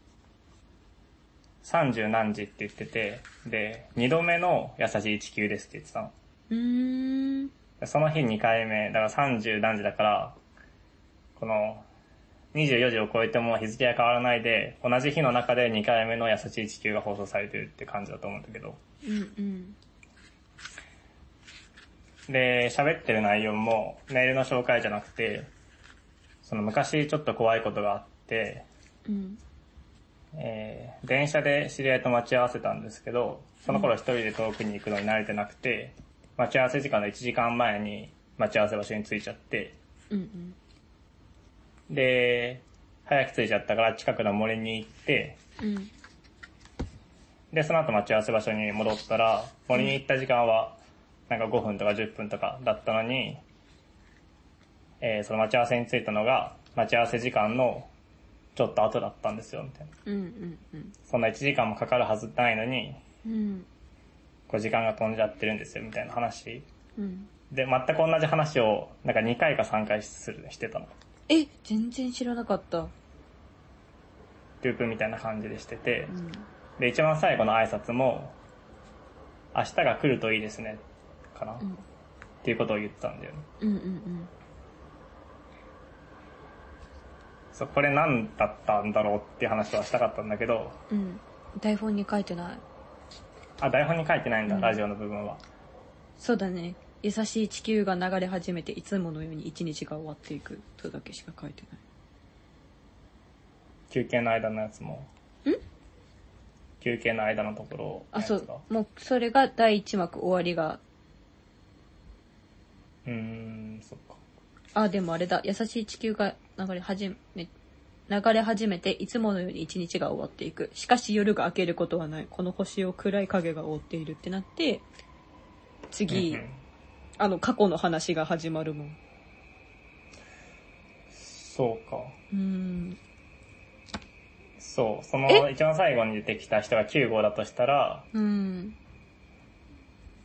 Speaker 2: 30何時って言ってて、で、2度目の優しい地球ですって言ってたの。
Speaker 1: うーん。
Speaker 2: でその日2回目、だから30何時だから、この24時を超えても日付が変わらないで、同じ日の中で2回目の優しい地球が放送されてるって感じだと思うんだけど。
Speaker 1: うんうん。
Speaker 2: で、喋ってる内容もメールの紹介じゃなくて、その昔ちょっと怖いことがあって、
Speaker 1: うん。
Speaker 2: えー電車で知り合いと待ち合わせたんですけど、その頃一人で遠くに行くのに慣れてなくて、待ち合わせ時間の1時間前に待ち合わせ場所に着いちゃって、
Speaker 1: うんうん。
Speaker 2: で、早く着いちゃったから近くの森に行って、
Speaker 1: うん。
Speaker 2: で、その後待ち合わせ場所に戻ったら、森に行った時間は、なんか5分とか10分とかだったのに、えーその待ち合わせに着いたのが、待ち合わせ時間のちょっと後だったんですよ、みたいな。
Speaker 1: うんうんうん。
Speaker 2: そんな1時間もかかるはずないのに、
Speaker 1: うん。
Speaker 2: こう時間が飛んじゃってるんですよ、みたいな話。
Speaker 1: うん。
Speaker 2: で、全く同じ話を、なんか2回か3回するしてたの。
Speaker 1: え、全然知らなかった。
Speaker 2: ループみたいな感じでしてて
Speaker 1: う、ん。
Speaker 2: で、一番最後の挨拶も、明日が来るといいですね、かな、
Speaker 1: う
Speaker 2: っ
Speaker 1: ん。
Speaker 2: ていうことを言ってたんだよね。
Speaker 1: うんうん
Speaker 2: そう、これ何だったんだろうっていう話はしたかったんだけど、
Speaker 1: うん。うん。台本に書いてない。
Speaker 2: あ、台本に書いてないんだ、
Speaker 1: うん
Speaker 2: ラジオの部分は。
Speaker 1: そうだね。優しい地球が流れ始めて、いつものように一日が終わっていくとだけしか書いてない。
Speaker 2: 休憩の間のやつも。
Speaker 1: ん
Speaker 2: 休憩の間のところの
Speaker 1: あ、
Speaker 2: やつが
Speaker 1: そう。もう、それが第一幕終わりが、
Speaker 2: うーん、そっか。
Speaker 1: あ、でもあれだ。優しい地球が流れ始め、流れ始めて、いつものように一日が終わっていく。しかし夜が明けることはない。この星を暗い影が覆っているってなって、次
Speaker 2: うんう、ん
Speaker 1: あの、過去の話が始まるもん。
Speaker 2: そうか。
Speaker 1: うーん。
Speaker 2: そう、その一番最後に出てきた人が9号だとしたら、
Speaker 1: うん。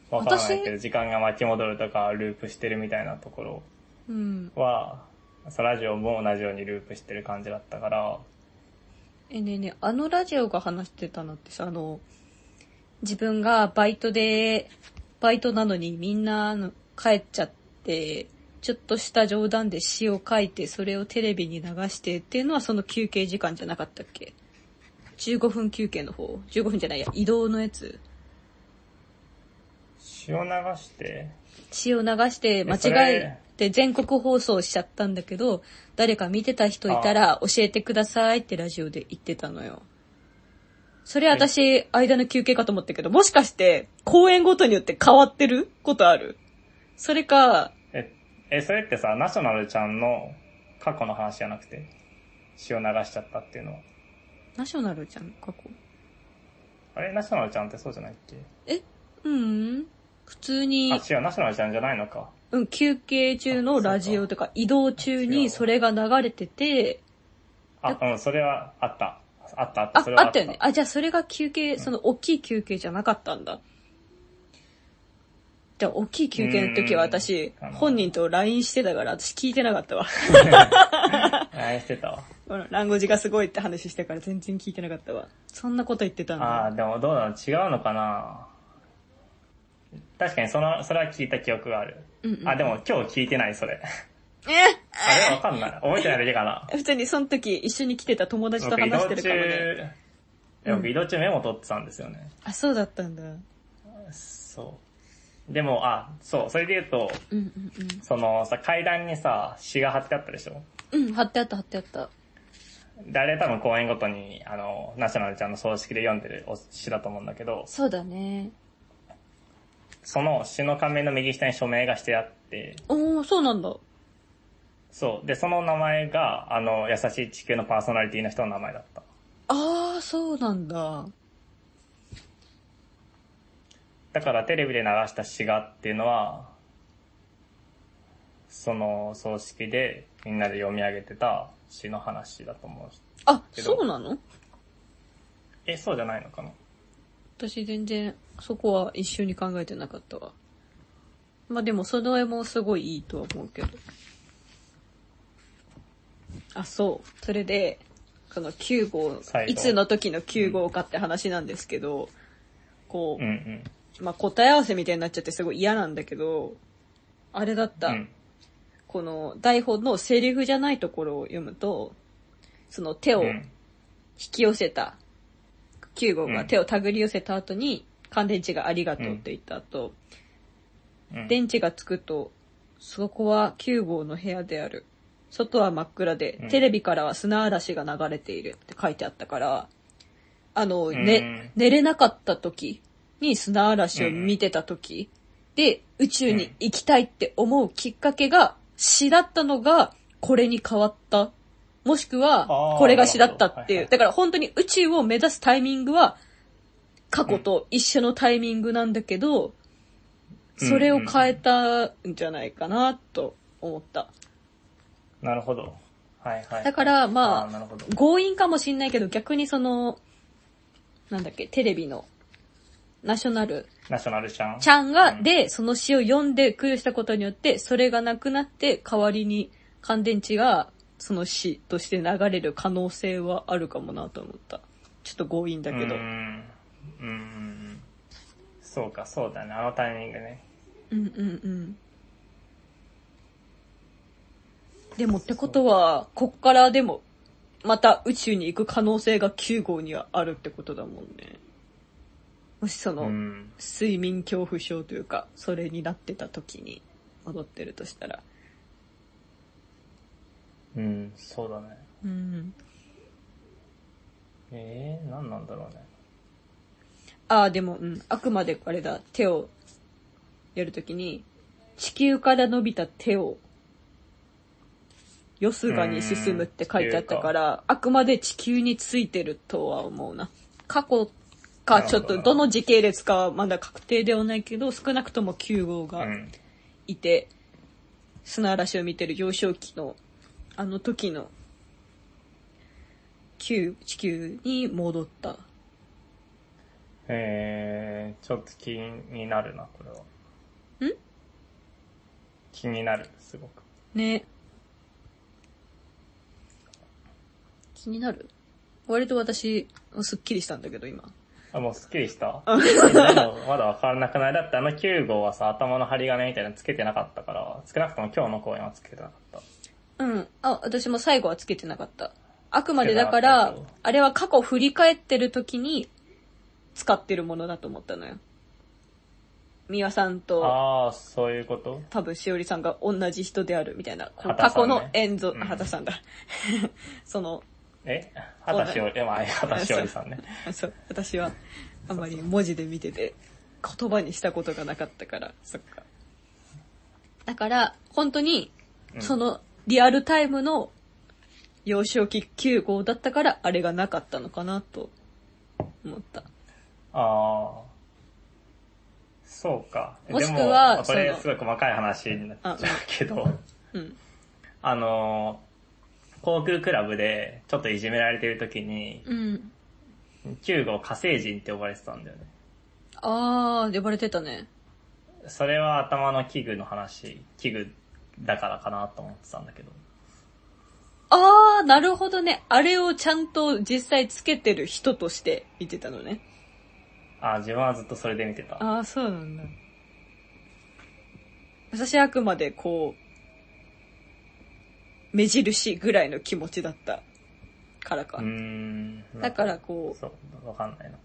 Speaker 2: わからないけど、
Speaker 1: 私
Speaker 2: 時間が巻き戻るとか、ループしてるみたいなところ
Speaker 1: うん。
Speaker 2: は、そうラジオも同じようにループしてる感じだったから、
Speaker 1: え、ねえねえ、あのラジオが話してたのってさ、あの、自分がバイトで、バイトなのにみんなあの帰っちゃって、ちょっとした冗談で詩を書いて、それをテレビに流してっていうのはその休憩時間じゃなかったっけ ?15 分休憩の方 ?15 分じゃないや、移動のやつ。
Speaker 2: 詩を流して、
Speaker 1: 詩を流して間
Speaker 2: そ
Speaker 1: 違
Speaker 2: れ
Speaker 1: えて全国放送しちゃったんだけど、誰か見てた人いたら教えてくださいってラジオで言ってたのよ。それ私、間の休憩かと思ったけど、もしかして、公演ごとによって変わってることあるそれか、
Speaker 2: え、え、それってさ、ナショナルちゃんの過去の話じゃなくて、詩を流しちゃったっていうのは。
Speaker 1: ナショナルじゃん、過去。
Speaker 2: あれナショナルちゃんってそうじゃないっけ
Speaker 1: えううん。普通
Speaker 2: あ、
Speaker 1: に、
Speaker 2: 違う、ナショナルちゃんじゃないのか。
Speaker 1: うん、休憩中のラジオとか移動中にそれが流れてて、
Speaker 2: あ、うん、それはあった。あった、あった、
Speaker 1: あ
Speaker 2: それ、は
Speaker 1: あったよね。あ、じゃあそれが休憩、その大きい休憩じゃなかったんだ。じゃあ大きい休憩の時は私
Speaker 2: うんあ、の
Speaker 1: 本人と LINE してたから私聞いてなかったわ。 (laughs)
Speaker 2: 愛してたわ。
Speaker 1: この乱語字がすごいって話してから全然聞いてなかったわ。そんなこと言ってたん
Speaker 2: ああ、
Speaker 1: だ。
Speaker 2: でもどうなの違うのかな確かにその、それは聞いた記憶がある。
Speaker 1: うんうん
Speaker 2: あ、でも今日聞いてない、それ。
Speaker 1: え
Speaker 2: あ、でもわかんない。覚えてないだけかな。
Speaker 1: (laughs) 普通にその時一緒に来てた友達と
Speaker 2: 僕移
Speaker 1: 話し
Speaker 2: 動
Speaker 1: てる
Speaker 2: 中
Speaker 1: からね。、
Speaker 2: で僕移動中メモ取ってたんですよね。
Speaker 1: あ、そうだったんだ。うん
Speaker 2: そう。でも、あ、そう、それで言うと、
Speaker 1: うん
Speaker 2: そのさ、階段にさ、詩が貼ってあったでしょ
Speaker 1: うん。うん、貼ってあった貼ってあった。
Speaker 2: で、あれ多分公演ごとに、あの、ナショナルちゃんの葬式で読んでるお詩だと思うんだけど、
Speaker 1: そうだね。
Speaker 2: その詩の仮面の右下に署名がしてあって、
Speaker 1: おー、そうなんだ。
Speaker 2: そう。で、その名前が、あの、優しい地球のパーソナリティの人の名前だった。
Speaker 1: あー、そうなんだ。
Speaker 2: だからテレビで流した詩がっていうのは、その葬式でみんなで読み上げてた詩の話だと思う。
Speaker 1: あ、
Speaker 2: けど
Speaker 1: そうなの
Speaker 2: え、そうじゃないのかな
Speaker 1: 私全然そこは一緒に考えてなかったわ。まあでもその絵もすごいいいとは思うけど。あ、そう。それで、この9号
Speaker 2: 最、後
Speaker 1: いつの時の9号かって話なんですけど、こ
Speaker 2: うんうん。
Speaker 1: う、まあ答え合わせみたいになっちゃってすごい嫌なんだけど、あれだった。
Speaker 2: うん。
Speaker 1: この台本のセリフじゃないところを読むと、その手を
Speaker 2: う
Speaker 1: 引
Speaker 2: ん
Speaker 1: き寄せた、9号が手を手繰り寄せた後に、乾電池がありがとうって言った後、
Speaker 2: うん
Speaker 1: 電池がつくと、そこは9号の部屋である。外は真っ暗で、
Speaker 2: うん
Speaker 1: テレビからは砂嵐が流れているって書いてあったから、あの、
Speaker 2: ん
Speaker 1: ね、寝れなかった時に砂嵐を見てた時で宇宙に行きたいって思うきっかけが詩だったのがこれに変わった。もしくは
Speaker 2: あー
Speaker 1: これが詩だったってい。
Speaker 2: なるほどはいうはい
Speaker 1: だから本当に宇宙を目指すタイミングは過去と一緒のタイミングなんだけど、
Speaker 2: うん
Speaker 1: それを変えたんじゃないかなと思った。
Speaker 2: なるほど。はいはい。
Speaker 1: だからまあ
Speaker 2: ーなるほど。
Speaker 1: 強引かもしんないけど逆にその、なんだっけ、テレビのナショナル
Speaker 2: ナショナルちゃん。
Speaker 1: ちゃんが、
Speaker 2: うん
Speaker 1: で、その詩を読んで苦したことによって、それがなくなって、代わりに乾電池が、その詩として流れる可能性はあるかもなと思った。ちょっと強引だけど。
Speaker 2: うーん。うーん。そうか、そうだね。あのタイミングね。
Speaker 1: うんうんうん。でもってことは、こっからでも、また宇宙に行く可能性が9号にはあるってことだもんね。もしそうの、
Speaker 2: ん。
Speaker 1: 睡眠恐怖症というか、それになってた時に戻ってるとしたら。
Speaker 2: うん、そうだね。
Speaker 1: うん。
Speaker 2: えー、何なんだろうね。
Speaker 1: ああ、でも、うん。あくまであれだ、手をやるときに、地球から伸びた手を、よすがに進むって書いてあったから、あくまで地球についてるとは思うな。過去か、
Speaker 2: なるほ
Speaker 1: ちょ
Speaker 2: ど
Speaker 1: っとどの時系列かはまだ確定ではないけど、少なくとも9号
Speaker 2: う
Speaker 1: が
Speaker 2: ん。
Speaker 1: いて、砂嵐を見てる幼少期の、あの時の、旧地球に戻った。
Speaker 2: えー、ちょっと気になるな、これは。
Speaker 1: ん
Speaker 2: 気になる、すごく。
Speaker 1: ね。気になる割と私、すっきりしたんだけど、今。
Speaker 2: あ、もうすっきり
Speaker 1: (laughs)
Speaker 2: したでもまだわからなくないだってあの9号はさ、頭の針金みたいなのつけてなかったから、少なくとも今日の公演はつけてなかった。
Speaker 1: うん。あ、私も最後はつけてなかった。あくまでだか
Speaker 2: つけ
Speaker 1: ら
Speaker 2: てなかったけ、
Speaker 1: あれは過去振り返ってる時に使ってるものだと思ったのよ。ミワさんと、
Speaker 2: あー、そういうこと
Speaker 1: 多分しおりさんが同じ人であるみたいな、この過
Speaker 2: 畑さ
Speaker 1: 去
Speaker 2: んね
Speaker 1: の演奏、
Speaker 2: うん
Speaker 1: あ、畑さんだ。 (laughs) その、
Speaker 2: え畑しおり、まあ、畑しおりさ
Speaker 1: (laughs)
Speaker 2: んね。
Speaker 1: そう、私はあんまり文字で見てて、言葉にしたことがなかったから、そっか。だから、本当に、
Speaker 2: うん
Speaker 1: その、リアルタイムの幼少期9号だったから、あれがなかったのかなと思った。
Speaker 2: ああ。そうか。
Speaker 1: もしくは
Speaker 2: でも、これ
Speaker 1: その
Speaker 2: すごい細かい話になっちゃうけど、
Speaker 1: うん。
Speaker 2: あの、航空クラブでちょっといじめられてる時に、
Speaker 1: うん。
Speaker 2: 9号火星人って呼ばれてたんだよね。
Speaker 1: あー、呼ばれてたね。
Speaker 2: それは頭の器具の話、器具だからかなと思ってたんだけど。
Speaker 1: あー、なるほどね。あれをちゃんと実際つけてる人として見てたのね。
Speaker 2: ああ、自分はずっとそれで見てた。
Speaker 1: ああ、そうなんだ。私はあくまでこう、目印ぐらいの気持ちだったからか
Speaker 2: うー。ん。
Speaker 1: だからこう
Speaker 2: そう、わかんないな。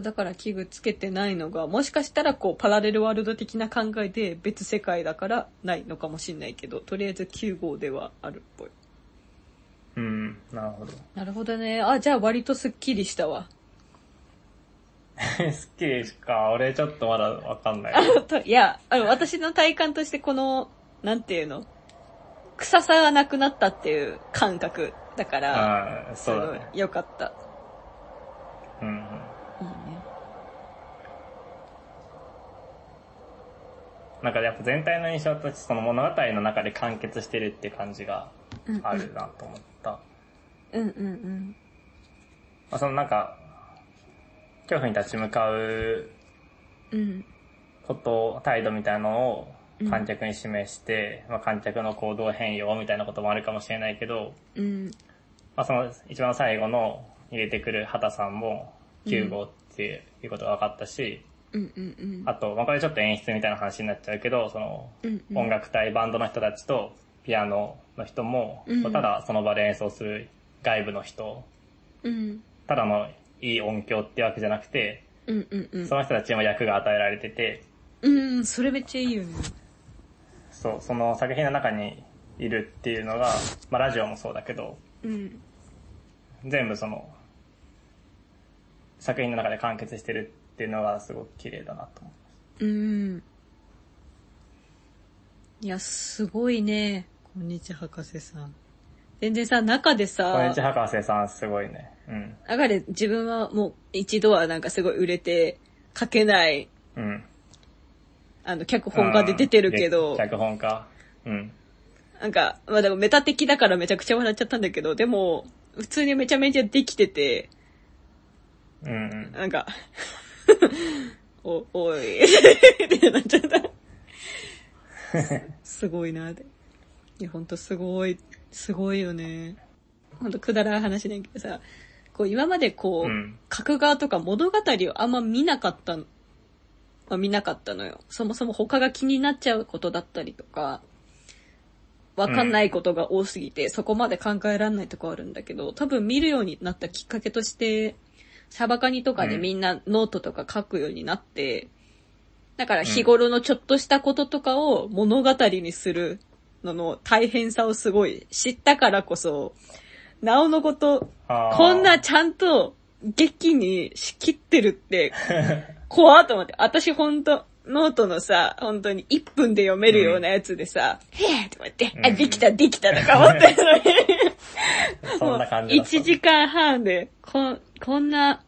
Speaker 1: だから器具つけてないのが、もしかしたらこうパラレルワールド的な考えで別世界だからないのかもしんないけど、とりあえず9号ではあるっぽい。
Speaker 2: うん、なるほど。 (laughs)
Speaker 1: なるほどね。あ、じゃあ割とスッキリしたわ。
Speaker 2: スッキリしか、俺ちょっとまだわかんない。
Speaker 1: (laughs) (laughs) といや、あの私の体感としてこの、なんていうの、臭さがなくなったっていう感覚だから、
Speaker 2: ああ、そうだね
Speaker 1: す。ごいよかった。
Speaker 2: うんうん。
Speaker 1: いいね。
Speaker 2: なんかやっぱ全体の印象としてその物語の中で完結してるって感じが
Speaker 1: うん
Speaker 2: あるなと思った。
Speaker 1: うんうんうん。
Speaker 2: まあそのなんか、恐怖に立ち向かう
Speaker 1: うん。
Speaker 2: こと、態度みたいなのを観客に示して、まあ観客の行動変容みたいなこともあるかもしれないけど、
Speaker 1: うん。
Speaker 2: まあその一番最後の入れてくる畑さんも9号っていうことが分かったし、
Speaker 1: うんうんうん。
Speaker 2: あと、まあこれちょっと演出みたいな話になっちゃうけど、その
Speaker 1: うんうん
Speaker 2: 音楽隊バンドの人たちとピアノの人も、
Speaker 1: うん
Speaker 2: ただその場で演奏する外部の人、
Speaker 1: うん。
Speaker 2: ただのいい音響ってわけじゃなくて、
Speaker 1: うんうんうん
Speaker 2: そ。の人たちにも役が与えられてて、
Speaker 1: うん、それめっちゃいいよね。
Speaker 2: そう、その作品の中にいるっていうのが、まあラジオもそうだけど、
Speaker 1: うん。
Speaker 2: 全部その、作品の中で完結してるっていうのがすごく綺麗だなと思う。
Speaker 1: うん。いや、すごいね。こんにちは、博士さん。全然さ、中で
Speaker 2: こん
Speaker 1: さ
Speaker 2: にち、は、博士さん、すごいね。うん。
Speaker 1: 中で自分はもう一度はなんかすごい売れて、書けない、
Speaker 2: うん。
Speaker 1: あの、脚本家で出てるけ
Speaker 2: うん
Speaker 1: ど、
Speaker 2: 脚本家。うん。
Speaker 1: なんか、まあでもメタ的だからめちゃくちゃ笑っちゃったんだけど、でも、普通にめちゃめちゃできてて、
Speaker 2: うんうん。
Speaker 1: なんか、 (laughs) お、おい、ってなっちゃった。すごいなって。いや、ほんとすごい、すごいよね。ほんとくだらない話だけどさ、こう今までこう、
Speaker 2: うん
Speaker 1: 書く側とか物語をあんま見なかったの、まあ、見なかったのよ。そもそも他が気になっちゃうことだったりとか、わかんないことが多すぎて、そこまで考えられないとこあるんだけど、多分見るようになったきっかけとして、サバカニとかで
Speaker 2: うん
Speaker 1: みんなノートとか書くようになって、だから日頃のちょっとしたこととかを物語にするのの大変さをすごい知ったからこそ、なおのこと、
Speaker 2: あー
Speaker 1: こんなちゃんと劇に仕切ってるっ
Speaker 2: (laughs)
Speaker 1: て、怖っと思って。私ほんと、ノートのさ、本当に1分で読めるようなやつでさ、へえとか言って、あ、
Speaker 2: うん
Speaker 1: できたできたとか思ってるのに。
Speaker 2: (laughs) そんな感じだった
Speaker 1: 1時間半で、こん、こんな、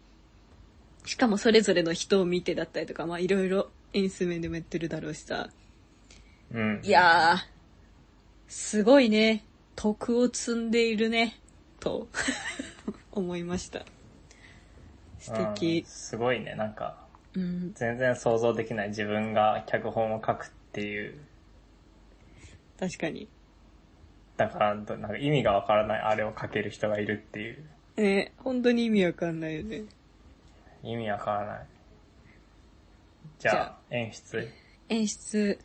Speaker 1: しかもそれぞれの人を見てだったりとか、まあいろいろ演出面でもやってるだろうしさ。
Speaker 2: うん。
Speaker 1: いやー、すごいね、徳を積んでいるね、と、 (laughs) 思いました。素
Speaker 2: うん
Speaker 1: 敵。
Speaker 2: すごいね、なんか、
Speaker 1: うん。
Speaker 2: 全然想像できない自分が脚本を書くっていう、
Speaker 1: 確かに。
Speaker 2: だから、どなんか意味がわからないあれを書ける人がいるっていう、
Speaker 1: ね、本当に意味わかんないよね。
Speaker 2: 意味わからない。じゃあ、
Speaker 1: じゃ
Speaker 2: 演出、
Speaker 1: 演出。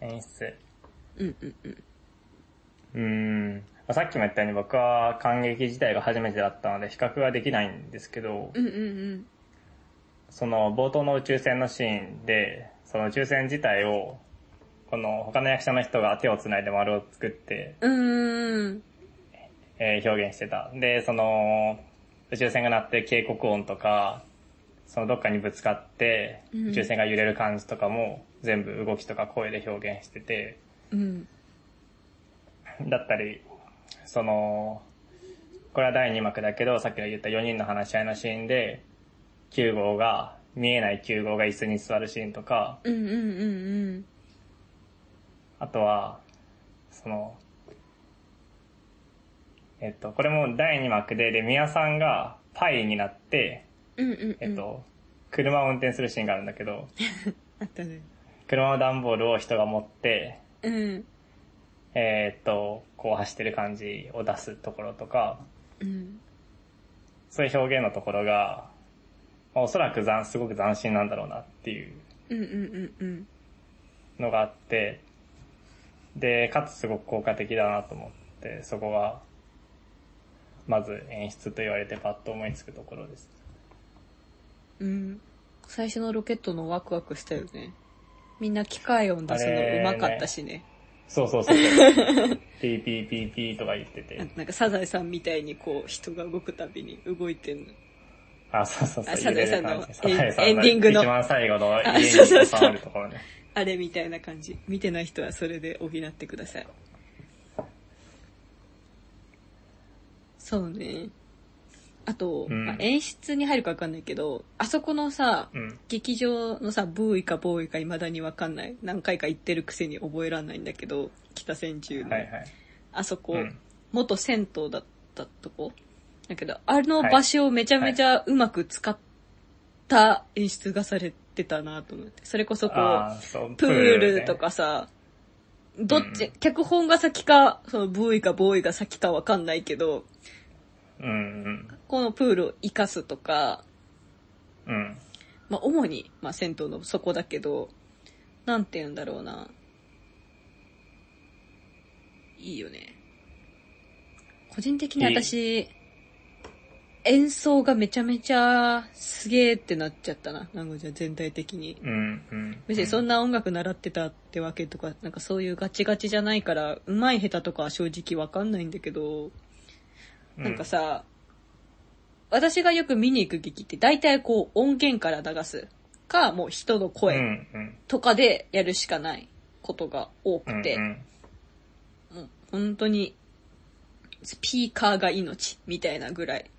Speaker 2: 演出。
Speaker 1: うんうんうん。
Speaker 2: うーん。さっきも言ったように僕は感激自体が初めてだったので比較ができないんですけど、
Speaker 1: うんうん
Speaker 2: その冒頭の宇宙船のシーンで、その宇宙船自体を、この他の役者の人が手を繋いで丸を作って、
Speaker 1: うん。うーん。
Speaker 2: えー表現してた。で、その、宇宙船が鳴って警告音とか、そのどっかにぶつかって、
Speaker 1: うん
Speaker 2: 宇宙船が揺れる感じとかも、全部動きとか声で表現してて、
Speaker 1: うん。
Speaker 2: だったり、その、これは第2幕だけど、さっき言った4人の話し合いのシーンで、9号が、見えない9号が椅子に座るシーンとか、
Speaker 1: うんうんうん
Speaker 2: あとは、その、えっと、これも第2幕で、で、宮さんがパイになって、
Speaker 1: うん。うんうんうん。
Speaker 2: えっと、。車を運転するシーンがあるんだけど、
Speaker 1: あったね。
Speaker 2: 車の段ボールを人が持って、
Speaker 1: うん。
Speaker 2: えーっと、こう走ってる感じを出すところとか、
Speaker 1: うん。
Speaker 2: そういう表現のところが、まあおそらくざんすごく斬新なんだろうなっていう
Speaker 1: うんうんうんうん。
Speaker 2: のがあって、で、かつすごく効果的だなと思って、そこが、まず演出と言われてパッと思いつくところです。
Speaker 1: うん。最初のロケットのワクワクしたよね。みんな機械音出すの上手かったしね。
Speaker 2: そうそうそ
Speaker 1: (laughs)
Speaker 2: うそう。ピーピーピーピーとか言ってて。
Speaker 1: なんかサザエさんみたいにこう人が動くたびに動いてんの。
Speaker 2: あ、そうそうそう。
Speaker 1: あサザエさんの
Speaker 2: 揺れる感じサザエさん
Speaker 1: エンエンディングの
Speaker 2: 一番最後の
Speaker 1: あ
Speaker 2: 家に
Speaker 1: そうそうそう
Speaker 2: 収まるところね。
Speaker 1: あれみたいな感じ。見てない人はそれで補ってください。そうね。あと、
Speaker 2: うん
Speaker 1: まあ演出に入るかわかんないけど、あそこのさ、
Speaker 2: うん。
Speaker 1: 劇場のさ、ブーイかボーイか未だにわかんない。何回か行ってるくせに覚えらんないんだけど、北千住の。
Speaker 2: はいはい。
Speaker 1: あそこ、
Speaker 2: うん
Speaker 1: 元銭湯だったとこ。だけど、あの場所をめちゃめちゃうまく使った演出がされてたなと思って。それこそこう、
Speaker 2: あーそう
Speaker 1: プール
Speaker 2: ね
Speaker 1: とかさ、どっち、
Speaker 2: うん
Speaker 1: 脚本が先か、そのブーイかボーイが先かわかんないけど、
Speaker 2: うん
Speaker 1: このプールを活かすとか、
Speaker 2: うん。うん。
Speaker 1: まあ主に、まあ銭湯の底だけど、なんて言うんだろうな。いいよね。個人的に私、演奏がめちゃめちゃすげーってなっちゃったな。なんかじゃあ全体的に。
Speaker 2: うんうん。
Speaker 1: 別にそん
Speaker 2: な。
Speaker 1: な音楽習ってたってわけとか、なんかそういうガチガチじゃないから、うまい下手とかは正直わかんないんだけど、なんかさ、私がよく見に行く劇って大体こう音源から流すか、もう人の
Speaker 2: う
Speaker 1: 声
Speaker 2: んうん。
Speaker 1: とかでやるしかないことが多
Speaker 2: うんう
Speaker 1: く
Speaker 2: ん
Speaker 1: て、もう本当にスピーカーが命みたいなぐらい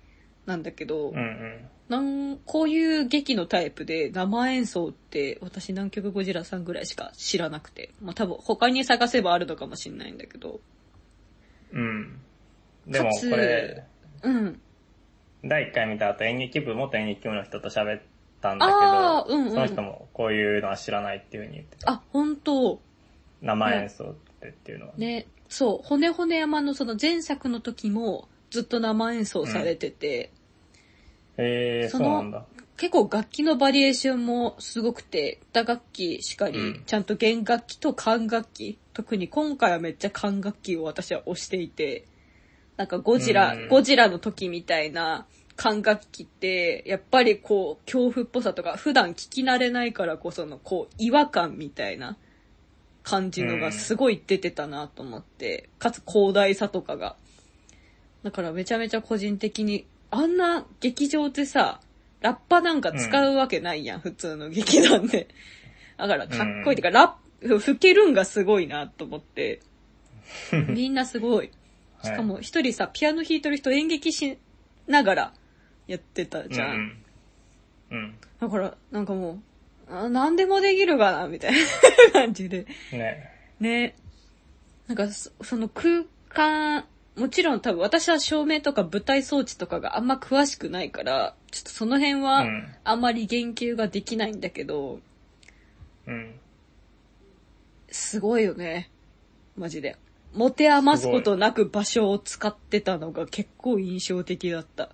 Speaker 1: なんだけど、
Speaker 2: うんうん。
Speaker 1: なんこういう劇のタイプで生演奏って私南極ゴジラさんぐらいしか知らなくて、まあ、多分他に探せばあるのかもしれないんだけど、
Speaker 2: うん。でも
Speaker 1: かつ
Speaker 2: これ、
Speaker 1: うん。
Speaker 2: 第1回見た後演劇部、元演劇部の人と喋ったんだ
Speaker 1: あ
Speaker 2: け
Speaker 1: ー
Speaker 2: ど、
Speaker 1: うんうん
Speaker 2: その人もこういうのは知らないっていう風に言ってた。
Speaker 1: あ、本当
Speaker 2: 生演奏ってっていうのは。
Speaker 1: ね、そう、骨骨山のその前作の時もずっと生演奏されてて、
Speaker 2: へえー、
Speaker 1: そ
Speaker 2: そ
Speaker 1: の
Speaker 2: うなんだ。
Speaker 1: 結構楽器のバリエーションもすごくて、打楽器しかり、
Speaker 2: うん
Speaker 1: ちゃんと弦楽器と管楽器、特に今回はめっちゃ管楽器を私は推していて、なんかゴジラ、
Speaker 2: うん
Speaker 1: ゴジラの時みたいな管楽器って、やっぱりこう、恐怖っぽさとか、普段聞き慣れないからこその、こう、違和感みたいな感じのがすごい出てたなと思って、かつ広大さとかが。だからめちゃめちゃ個人的に、あんな劇場ってさ、ラッパなんか使うわけないやん、普通の劇団で。だからかっこいい。てか、ラップ、吹けるんがすごいなと思 (laughs) って。みんなすごい。しかも一人さ、ピアノ弾いてる人演劇しながらやってたじゃん。
Speaker 2: うんうん。
Speaker 1: だから、なんかもう、あ何でもできるかな、みたいな感じで。
Speaker 2: うん。ね。
Speaker 1: ね。なんかそ、その空間、もちろん多分私は照明とか舞台装置とかがあんま詳しくないから、ちょっとその辺
Speaker 2: う
Speaker 1: は
Speaker 2: ん。
Speaker 1: あんまり言及ができないんだけど、
Speaker 2: うん。
Speaker 1: すごいよね。マジで。持て余すことなく場所を使ってたのが結構印象的だった。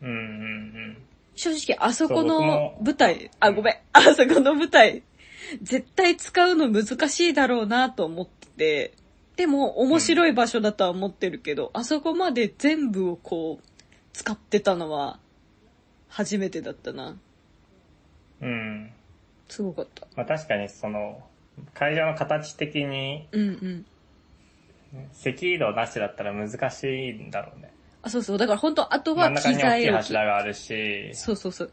Speaker 2: うんうんうん。
Speaker 1: 正直あそこ
Speaker 2: そう僕
Speaker 1: の
Speaker 2: も
Speaker 1: 舞台、あ、ごめん、 (laughs) あそこの舞台、絶対使うの難しいだろうなと思ってて、でも面白い場所だとは思ってるけど、あそこまで全部をこう、使ってたのは、初めてだったな。
Speaker 2: うん。
Speaker 1: すごかった。
Speaker 2: まあ確かにその、会場の形的に
Speaker 1: うんうん。
Speaker 2: 赤色なしだったら難しいんだろうね。
Speaker 1: あ、そうそう。だから本当あと
Speaker 2: 真
Speaker 1: は
Speaker 2: ん
Speaker 1: 機
Speaker 2: 中に大き
Speaker 1: 材
Speaker 2: い
Speaker 1: を。
Speaker 2: 柱があるし、
Speaker 1: そうそうそう。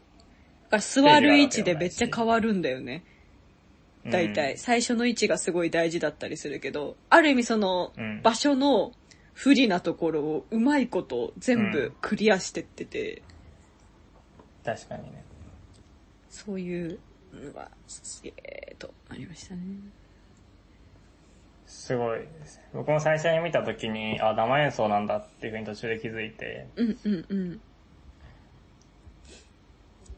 Speaker 1: だから座る位置でめっちゃ変わるんだよね。
Speaker 2: うん
Speaker 1: 大体、。最初の位置がすごい大事だったりするけど、ある意味その
Speaker 2: うん、
Speaker 1: 場所の不利なところをうまいこと全
Speaker 2: う
Speaker 1: 部
Speaker 2: ん
Speaker 1: クリアしてってて、
Speaker 2: 確かにね。
Speaker 1: そういうのがすげえとありましたね。
Speaker 2: すごいです。僕も最初に見た時に、あ、生演奏なんだっていうふうに途中で気づいて、
Speaker 1: うんうんうん。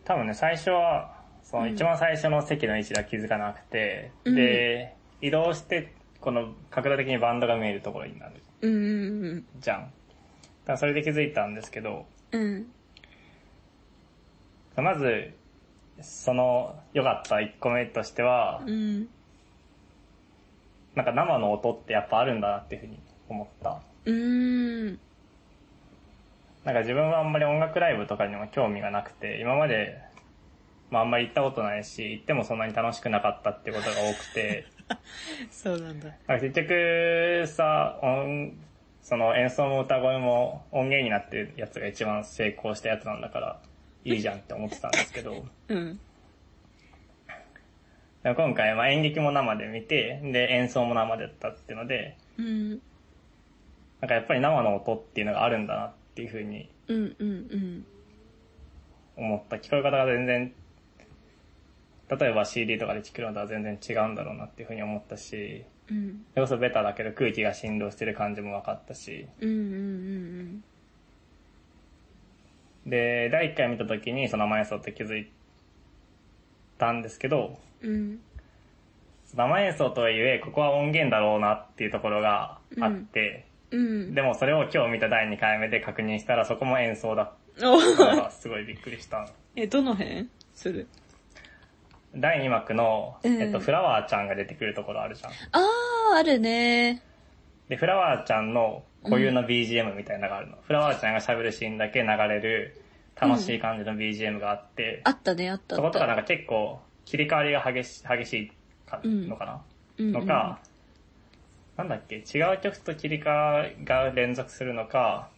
Speaker 2: 多分ね、最初は、その一番最初の席の位置では気づかなくて、
Speaker 1: うん
Speaker 2: で、移動して、この角度的にバンドが見えるところになる
Speaker 1: うんうん
Speaker 2: じゃん。だからそれで気づいたんですけど、
Speaker 1: うん。うん。
Speaker 2: まず、その良かった1個目としては
Speaker 1: う、ん。
Speaker 2: なんか生の音ってやっぱあるんだなっていうふうに思った。
Speaker 1: うーん。
Speaker 2: なんか自分はあんまり音楽ライブとかにも興味がなくて、今まで、まああんまり行ったことないし、行ってもそんなに楽しくなかったってことが多くて、
Speaker 1: そうなんだ。
Speaker 2: なんか結局さ、音その演奏も歌声も音源になってるやつが一番成功したやつなんだから、いいじゃんって思ってたんですけど、
Speaker 1: うん。
Speaker 2: 今回まあ演劇も生で見て、で演奏も生でやったっていうので、
Speaker 1: うん。
Speaker 2: なんかやっぱり生の音っていうのがあるんだなっていうふうに
Speaker 1: うんうんうん。
Speaker 2: 思った。聞こえ方が全然、例えば CD とかで聴くのとは全然違うんだろうなっていうふうに思ったし、
Speaker 1: うん。
Speaker 2: それこそベタだけど空気が振動してる感じも分かったし、
Speaker 1: うんうん
Speaker 2: で、第1回見た時にその生演奏って気づいたんですけど、
Speaker 1: うんうん。うん。
Speaker 2: 生演奏とはいえ、ここは音源だろうなっていうところがあって、
Speaker 1: うん。
Speaker 2: でもそれを今日見た第2回目で確認したらそこも演奏だったの
Speaker 1: お
Speaker 2: がすごいびっくりした。
Speaker 1: (laughs) え、どの辺する
Speaker 2: 第2幕の、
Speaker 1: うん
Speaker 2: えっと、フラワーちゃんが出てくるところあるじゃん。
Speaker 1: あー、あるね。
Speaker 2: で、フラワーちゃんの固有の BGM みたいなのがあるの。フラワーちゃんが喋るシーンだけ流れる楽しい感じの BGM があって、
Speaker 1: あったね、あったあ
Speaker 2: そ
Speaker 1: っ
Speaker 2: ことかなん
Speaker 1: た。
Speaker 2: か結構切り替わりが激し激しいか
Speaker 1: うん
Speaker 2: のかな、
Speaker 1: うん
Speaker 2: のか、なんだっけ、違う曲と切り替わりが連続するのか、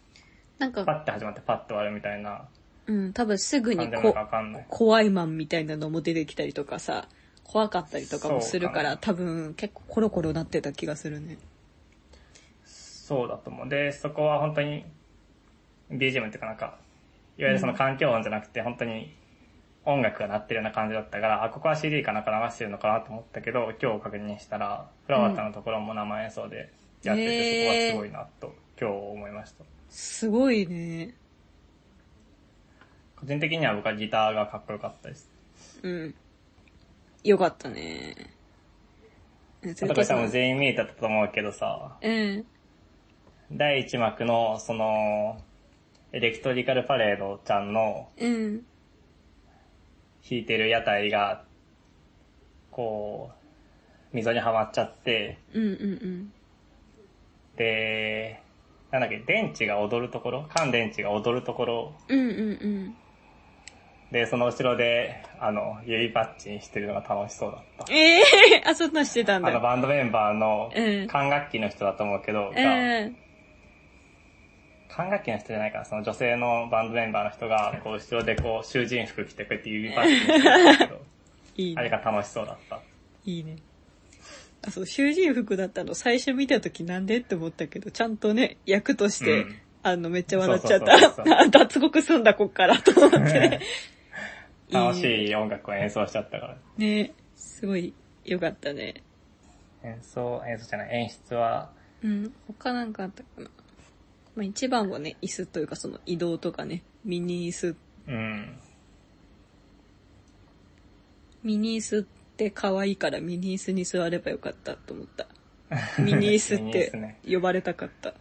Speaker 1: なん
Speaker 2: パ
Speaker 1: か、
Speaker 2: ッて始まってパッと終わるみたいな
Speaker 1: うん、多分すぐ
Speaker 2: 感
Speaker 1: に
Speaker 2: じなの
Speaker 1: こ
Speaker 2: かわかんない。
Speaker 1: 怖いマンみたいなのも出てきたりとかさ、怖かったりとかもするから、
Speaker 2: そう
Speaker 1: 多分結構コロコロなってた気がするね。
Speaker 2: そうだと思う。で、そこは本当に BGM っていうかなんか、いわゆるその環境音じゃなくて本当に音楽が鳴ってるような感じだったから、あ、ここは CD かなんか流してるのかなと思ったけど、今日確認したら、フラワータのところも生演奏でやってて、
Speaker 1: へー
Speaker 2: そこはすごいなと今日思いました。
Speaker 1: すごいね。
Speaker 2: 個人的には僕はギターがかっこよかったです。
Speaker 1: うん。よかったね。うんそ
Speaker 2: あ
Speaker 1: れこ
Speaker 2: とか
Speaker 1: そ
Speaker 2: 多分全員見えたと思うけどさ、
Speaker 1: うん。
Speaker 2: 第1幕のその、エレクトリカルパレードちゃんの
Speaker 1: うん。
Speaker 2: 弾いてる屋台が、こう、溝にはまっちゃって、
Speaker 1: うんうん
Speaker 2: で、なんだっけ、電池が踊るところ、乾電池が踊るところ、
Speaker 1: うん。うんうんうん。
Speaker 2: で、その後ろで、あの、指パッチンしてるのが楽しそうだった。
Speaker 1: ええー、あ、 (laughs) そんなんしてたん
Speaker 2: あの、
Speaker 1: だ。
Speaker 2: バンドメンバーの
Speaker 1: うん、
Speaker 2: 管楽器の人だと思うけど、
Speaker 1: う
Speaker 2: が
Speaker 1: ん。
Speaker 2: 管楽器の人じゃないかな、その女性のバンドメンバーの人が、こう、後ろでこう、囚人服着て、こうやって指パッチンしてるんだけど、
Speaker 1: いい
Speaker 2: あれ
Speaker 1: ね。
Speaker 2: が楽しそうだった。
Speaker 1: いいね。あ、そう、囚人服だったの最初見たときなんでって思ったけど、ちゃんとね、役として、
Speaker 2: うん
Speaker 1: あの、めっちゃ笑っちゃっ
Speaker 2: そうそうそうそう
Speaker 1: た。あ (laughs) 脱獄すんだ、こっから、と思って。いいね
Speaker 2: 楽しい音楽を演奏しちゃったから。
Speaker 1: ね、すごい良かったね。
Speaker 2: 演奏、演奏じゃない、演出は、
Speaker 1: うん。他なんかあったかな。まあ、一番はね、椅子というかその移動とかね、ミニ椅子、
Speaker 2: うん。
Speaker 1: ミニ椅子って可愛いからミニ椅子に座ればよかったと思
Speaker 2: (laughs)
Speaker 1: った。ミニ椅子っ
Speaker 2: ミニ椅子
Speaker 1: て
Speaker 2: ね
Speaker 1: 呼ばれたかった。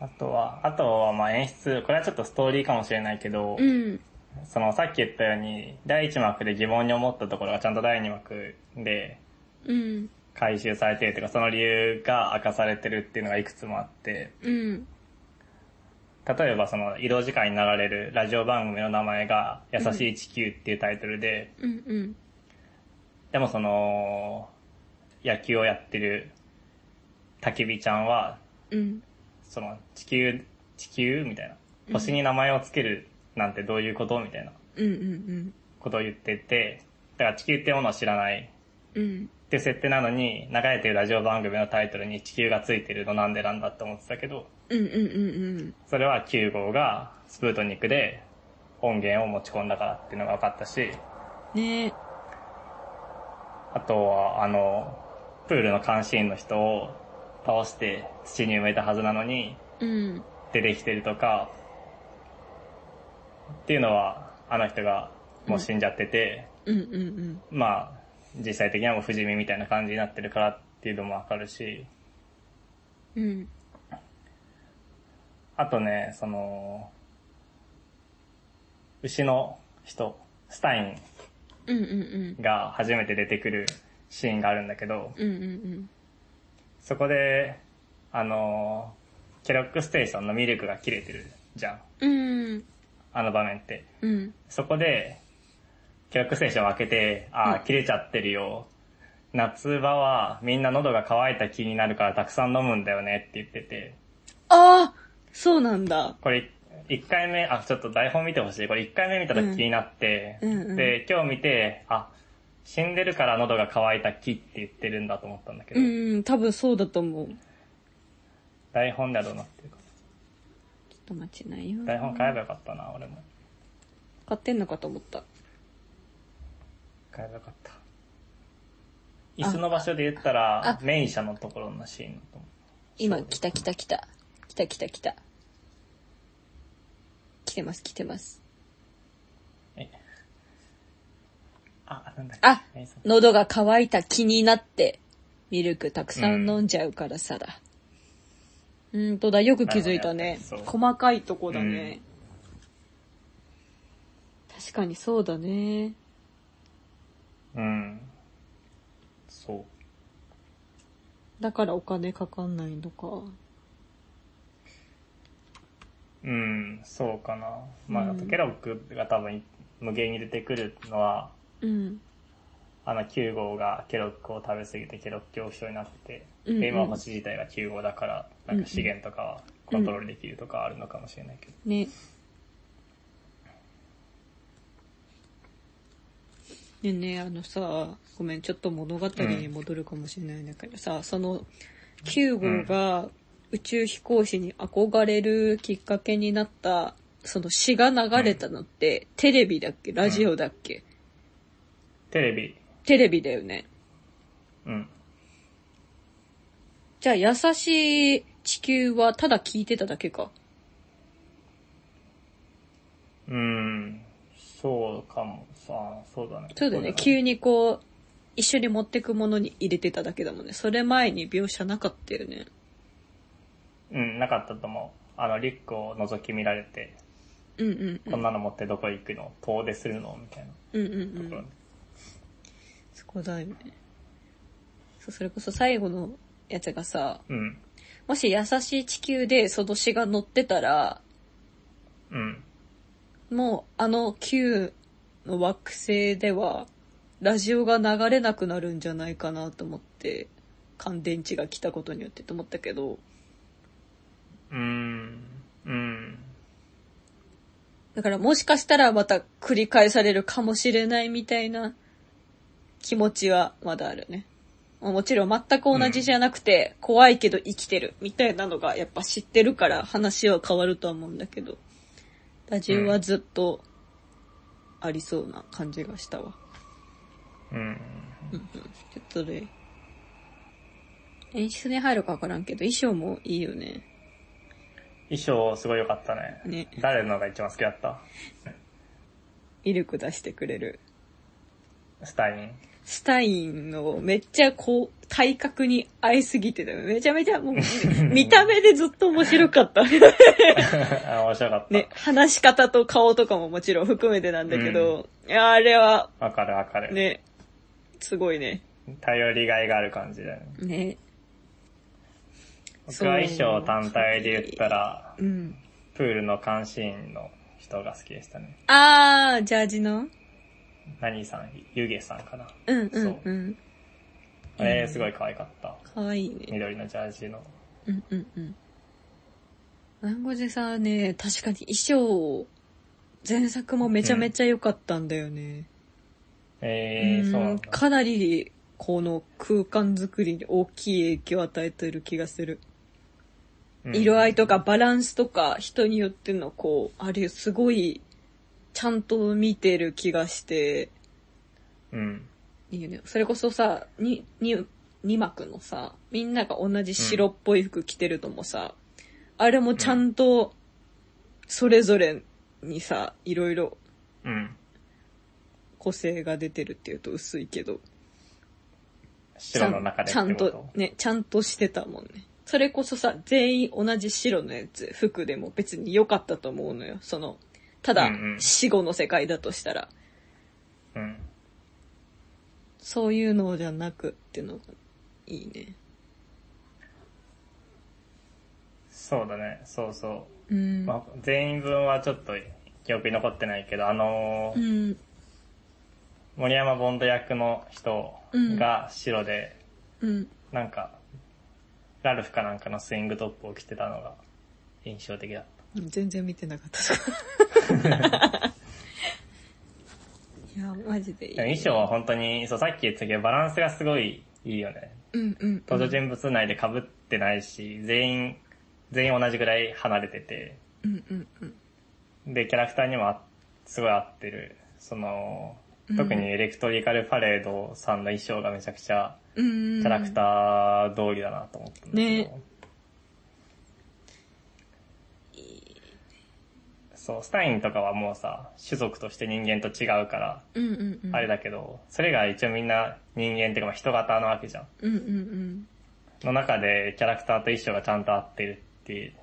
Speaker 2: あとは、あとはまあ演出、これはちょっとストーリーかもしれないけど、
Speaker 1: うん。
Speaker 2: そのさっき言ったように、第1幕で疑問に思ったところがちゃんと第2幕で
Speaker 1: うん。
Speaker 2: 回収されてるというか、その理由が明かされてるっていうのがいくつもあって、
Speaker 1: うん。
Speaker 2: 例えばその移動時間に流れるラジオ番組の名前が優しい地球っていうタイトルで、
Speaker 1: うんうん。
Speaker 2: でもその、野球をやってる焚き火ちゃんは、
Speaker 1: うん。
Speaker 2: その地球、地球みたいな。星に名前をつけるなんてどういうことみたいな
Speaker 1: うんうん
Speaker 2: ことを言ってて、だから地球ってものを知らない
Speaker 1: うん。うん。
Speaker 2: って設定なのに、流れてるラジオ番組のタイトルに地球がついてるのなんでなんだって思ってたけど、
Speaker 1: うんうんうん
Speaker 2: それは9号がスプートニクで音源を持ち込んだからっていうのが分かったし、
Speaker 1: うん。ね
Speaker 2: あとはあの、プールの監視員の人を倒して土に埋めたはずなのに、
Speaker 1: うん。
Speaker 2: 出てきてるとか、っていうのは、あの人がもう死んじゃってて、
Speaker 1: うんうんうん。
Speaker 2: まあ、実際的にはもう不死身みたいな感じになってるからっていうのもわかるし、
Speaker 1: うん。
Speaker 2: あとね、その、牛の人、スタイ
Speaker 1: うんうんうん。
Speaker 2: ンが初めて出てくるシーンがあるんだけど、
Speaker 1: うんうん
Speaker 2: そこで、あの、ケロックステーションのミルクが切れてるじゃん。
Speaker 1: うん。うん。
Speaker 2: あの場面って。
Speaker 1: うん。
Speaker 2: そこで、ケロックステーションを開けて、あ
Speaker 1: う
Speaker 2: あ、
Speaker 1: ん
Speaker 2: 切れちゃってるよ。夏場はみんな喉が渇いた気になるからたくさん飲むんだよねって言ってて、
Speaker 1: ああそうなんだ。
Speaker 2: これ1回目、あ、ちょっと台本見てほしい。これ1回目見た時気になって、
Speaker 1: うんうんうん
Speaker 2: で、今日見て、あ、死んでるから喉が渇いた気って言ってるんだと思ったんだけど、
Speaker 1: うん、多分そうだと思う。ちょ
Speaker 2: 台本ではどうなってるか。
Speaker 1: っと待ちないよ。
Speaker 2: 台本買えばよかったな、俺も。
Speaker 1: 買ってんのかと思った。
Speaker 2: 買えばよかった。椅子の場所で言ったら
Speaker 1: あ、
Speaker 2: メイン車のところのシーンだと思う。
Speaker 1: 今、来た来た来た。来た来た来た。来てます来てます。
Speaker 2: あ、なんだっけ
Speaker 1: あ
Speaker 2: メイン車
Speaker 1: 喉が渇いた気になって、ミルクたくさん飲んじゃうからさだ。うん、んとだ、よく気づいたね
Speaker 2: そう。
Speaker 1: 細かいとこだね。確かにそうだね。
Speaker 2: うん。そう。
Speaker 1: だからお金かかんないのか。
Speaker 2: うん、そうかな。まあ、
Speaker 1: うん
Speaker 2: ケロックが多分無限に出てくるのは、
Speaker 1: うん。
Speaker 2: あの9号がケロックを食べ過ぎてケロック恐怖症になってて、
Speaker 1: うんうん
Speaker 2: で今星自体が9号だから、なんか資源とかはコントロールできるとかあるのかもしれないけど。
Speaker 1: ね。ねえねえ、あのさ、ごめん、ちょっと物語に戻るかもしれないんだけどさ、その、9号が宇宙飛行士に憧れるきっかけになった、その詩が流れたのって、テレビだっけラジオだっけ、
Speaker 2: テレビ、
Speaker 1: テレビだよね。
Speaker 2: うん。
Speaker 1: じゃあ、優しい地球はただ聞いてただけか。
Speaker 2: うん、そうかもさ、そうだね。
Speaker 1: そうだよね。急にこう、一緒に持ってくものに入れてただけだもんね。それ前に描写なかったよね。
Speaker 2: うん、なかったと思う。あの、リュックを覗き見られて、
Speaker 1: うんうんう
Speaker 2: こん
Speaker 1: ん。
Speaker 2: なの持ってどこ行くの遠出するのみたいな
Speaker 1: うんうんう
Speaker 2: ところ
Speaker 1: ん。そこだよね。そう、それこそ最後のやつがさ、
Speaker 2: うん。
Speaker 1: もし優しい地球でその詩が載ってたら、
Speaker 2: うん。
Speaker 1: もうあの Q の惑星では、ラジオが流れなくなるんじゃないかなと思って、乾電池が来たことによってと思ったけど、
Speaker 2: うーん。うん。
Speaker 1: だからもしかしたらまた繰り返されるかもしれないみたいな気持ちはまだあるね。まあもちろん全く同じじゃなくて、怖いけど生きてるみたいなのがやっぱ知ってるから話は変わるとは思うんだけど、ラジオはずっとありそうな感じがしたわ。
Speaker 2: うん。
Speaker 1: ちょっとで、演出に入るかわからんけど衣装もいいよね。
Speaker 2: 衣装すごい良かったね。
Speaker 1: ね
Speaker 2: 誰のが一番好きだった
Speaker 1: ミルク出してくれる。
Speaker 2: スタイン。
Speaker 1: スタインのめっちゃこう、体格に合いすぎてたよ。めちゃめち (laughs) ゃもう、見た目でずっと面白かった。 (laughs)
Speaker 2: あ面白かった。
Speaker 1: ね、話し方と顔とかももちろん含めてなんだけど、いや、あれは、
Speaker 2: わかるわかる。
Speaker 1: ね、すごいね。
Speaker 2: 頼りがいがある感じだよね。
Speaker 1: ね。
Speaker 2: 僕は衣装単体で言ったら、
Speaker 1: うん。
Speaker 2: プールの監視員の人が好きでしたね。
Speaker 1: あー、ジャージの
Speaker 2: 何さん湯気さんかな。
Speaker 1: うんうんうん。
Speaker 2: えー、すごい可愛かった。
Speaker 1: かわいいね。
Speaker 2: 緑のジャージの。
Speaker 1: うんうんうん。南ゴジさんはね、確かに衣装、前作もめちゃめちゃ良かったんだよね。
Speaker 2: えー、そうな
Speaker 1: うんん
Speaker 2: だ。
Speaker 1: かなり、この空間づくりに大きい影響を与えてる気がする。
Speaker 2: うん
Speaker 1: 色合いとかバランスとか人によってのこう、あれすごい、ちゃんと見てる気がして、
Speaker 2: うん。
Speaker 1: いいよね。それこそさ、に、に、二幕のさ、みんなが同じ白っぽい服着てるともさ、あれもちゃんと、それぞれにさ、いろいろ
Speaker 2: うん。
Speaker 1: 個性が出てるっていうと薄いけど、
Speaker 2: 白の中でっ
Speaker 1: ちゃ
Speaker 2: て
Speaker 1: ん、
Speaker 2: こと
Speaker 1: ね、ちゃんとしてたもんね。それこそさ、全員同じ白のやつ、服でも別に良かったと思うのよ。その、ただ
Speaker 2: うんう、ん
Speaker 1: 死後の世界だとしたら。
Speaker 2: うん。
Speaker 1: そういうのじゃなくっていうのがいいね。
Speaker 2: そうだね、そうそうう。
Speaker 1: ん。
Speaker 2: まあ、全員分はちょっと記憶に残ってないけど、あのー
Speaker 1: うん。
Speaker 2: 森山ボンド役の人が白で、
Speaker 1: うん。
Speaker 2: なんか、ラルフかなんかのスイングトップを着てたのが印象的だっ
Speaker 1: 全然見てなかった
Speaker 2: (laughs)
Speaker 1: とか。いや、マジでいい。
Speaker 2: た。でも衣装は本当に、そう、さっき言ってたけど、バランスがすごいいいよね。
Speaker 1: うんうん。
Speaker 2: 登場人物内で被ってないし、全員、全員同じぐらい離れてて、
Speaker 1: うんうんうん。
Speaker 2: で、キャラクターにもあすごい合ってる。その、特にエレクトリカルパレードさんの衣装がめちゃくちゃ
Speaker 1: うんうん。
Speaker 2: キャラク
Speaker 1: ー。
Speaker 2: ター通りだなと思ったんだけど。
Speaker 1: ね
Speaker 2: そう、スタインとかはもうさ、種族として人間と違うから、
Speaker 1: うんうんうん。
Speaker 2: あれ。だけど、それが一応みんな人間っていうかまあ人型なわけじゃん。
Speaker 1: うんうんうん。
Speaker 2: の中でキャラクターと衣装がちゃんと合ってるって、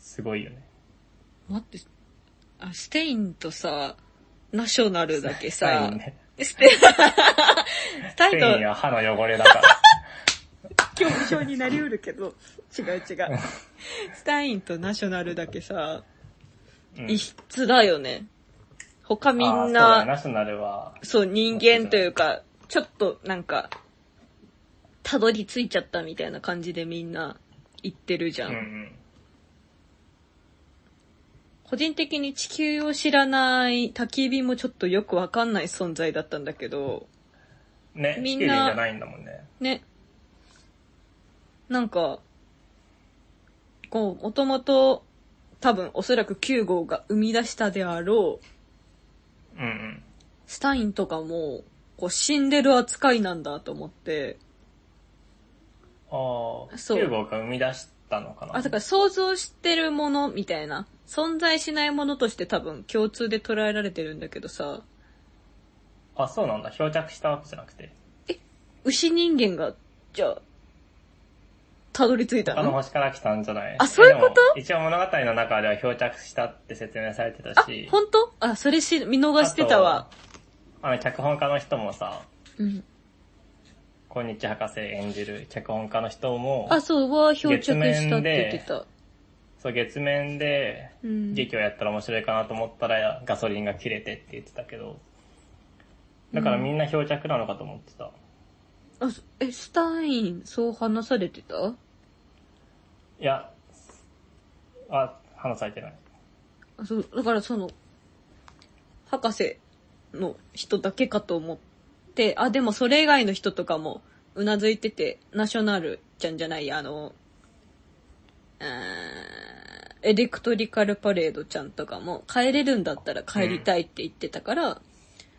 Speaker 2: すごいよね。
Speaker 1: 待って、あ、ステインとさ、ナショナルだけ
Speaker 2: スタ
Speaker 1: さ
Speaker 2: イン、ね。
Speaker 1: ステイン、
Speaker 2: (laughs)
Speaker 1: スタ
Speaker 2: ス
Speaker 1: イ
Speaker 2: タイン
Speaker 1: ン
Speaker 2: は歯の汚れだから。
Speaker 1: と恐怖症になりうるけ
Speaker 2: (laughs)
Speaker 1: ど、違う違う。スタインとナショナルだけさ、
Speaker 2: うん
Speaker 1: 異質だよね。他み
Speaker 2: あーそ
Speaker 1: ん
Speaker 2: うだね
Speaker 1: な、
Speaker 2: ナショナルは、
Speaker 1: そう、人間というか、ちょっとなんか、たどり着いちゃったみたいな感じでみんな言ってるじゃ
Speaker 2: うんうん。
Speaker 1: 個人的に地球を知らない焚き火もちょっとよくわかんない存在だったんだけど、
Speaker 2: ね、
Speaker 1: み
Speaker 2: 地
Speaker 1: んな
Speaker 2: 球人じゃないんだもんね。
Speaker 1: ね。なんか、こう、もともと多分おそらく9号が生み出したであろう、
Speaker 2: うんうん。
Speaker 1: スタインとかも、こう死んでる扱いなんだと思って、
Speaker 2: ああ、
Speaker 1: そう
Speaker 2: 9号が生み出したのかな。
Speaker 1: あ、だから想像してるものみたいな、存在しないものとして多分共通で捉えられてるんだけどさ、
Speaker 2: あ、そうなんだ。漂着したわけじゃなくて。
Speaker 1: 牛人間が、じゃあ、たどり着いた
Speaker 2: 他の
Speaker 1: の
Speaker 2: 星から来たんじゃない
Speaker 1: あそういうこと
Speaker 2: でも一応物語の中では漂着したって説明されてた
Speaker 1: あ
Speaker 2: し、、
Speaker 1: 本当あ、それし、見逃してたわ。
Speaker 2: あの、脚本家の人もさ、
Speaker 1: うん。
Speaker 2: 今日博士演じる脚本家の人も、
Speaker 1: あ、そう、は漂着
Speaker 2: 月
Speaker 1: したって
Speaker 2: 面で
Speaker 1: 言ってた。
Speaker 2: そう月面で
Speaker 1: うん
Speaker 2: 劇をやったら面白いかなと思ったらガソリンが切れてって言ってたけど、だからみんな漂着なのかと思ってた。
Speaker 1: あ、そえ、スタイン、そう話されてた
Speaker 2: いや、あ、話されてない。
Speaker 1: あそう、だからその、博士の人だけかと思って、あ、でもそれ以外の人とかも、うなずいてて、ナショナルちゃんじゃない、あの、うーんエレクトリカルパレードちゃんとかも、帰れるんだったら帰りたいって言ってたから、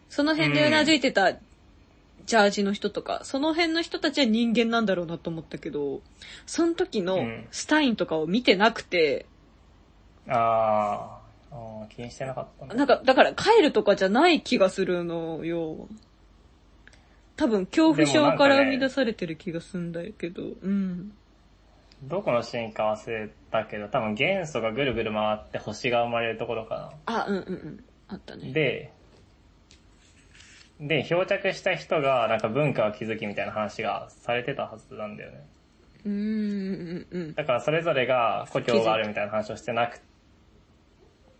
Speaker 1: その辺でうなずいてたジャージの人とか、その辺の人たちは人間なんだろうなと思ったけど、その時の
Speaker 2: うん
Speaker 1: スタインとかを見てなくて、
Speaker 2: あーあー、気にしてなかった
Speaker 1: なん
Speaker 2: だ。
Speaker 1: か、だから帰るとかじゃない気がするのよ。多分恐怖症から生み出されてる気がすんだけど、うん。
Speaker 2: どこのシーンか忘れたけど、多分元素がぐるぐる回って星が生まれるところか
Speaker 1: あ、うんうんうん。あった
Speaker 2: な。
Speaker 1: ね。
Speaker 2: で、で、漂着した人がなんか文化を築きみたいな話がされてたはずなんだよね。
Speaker 1: うーんうんうん。
Speaker 2: だからそれぞれが故郷があるみたいな話をしてなく、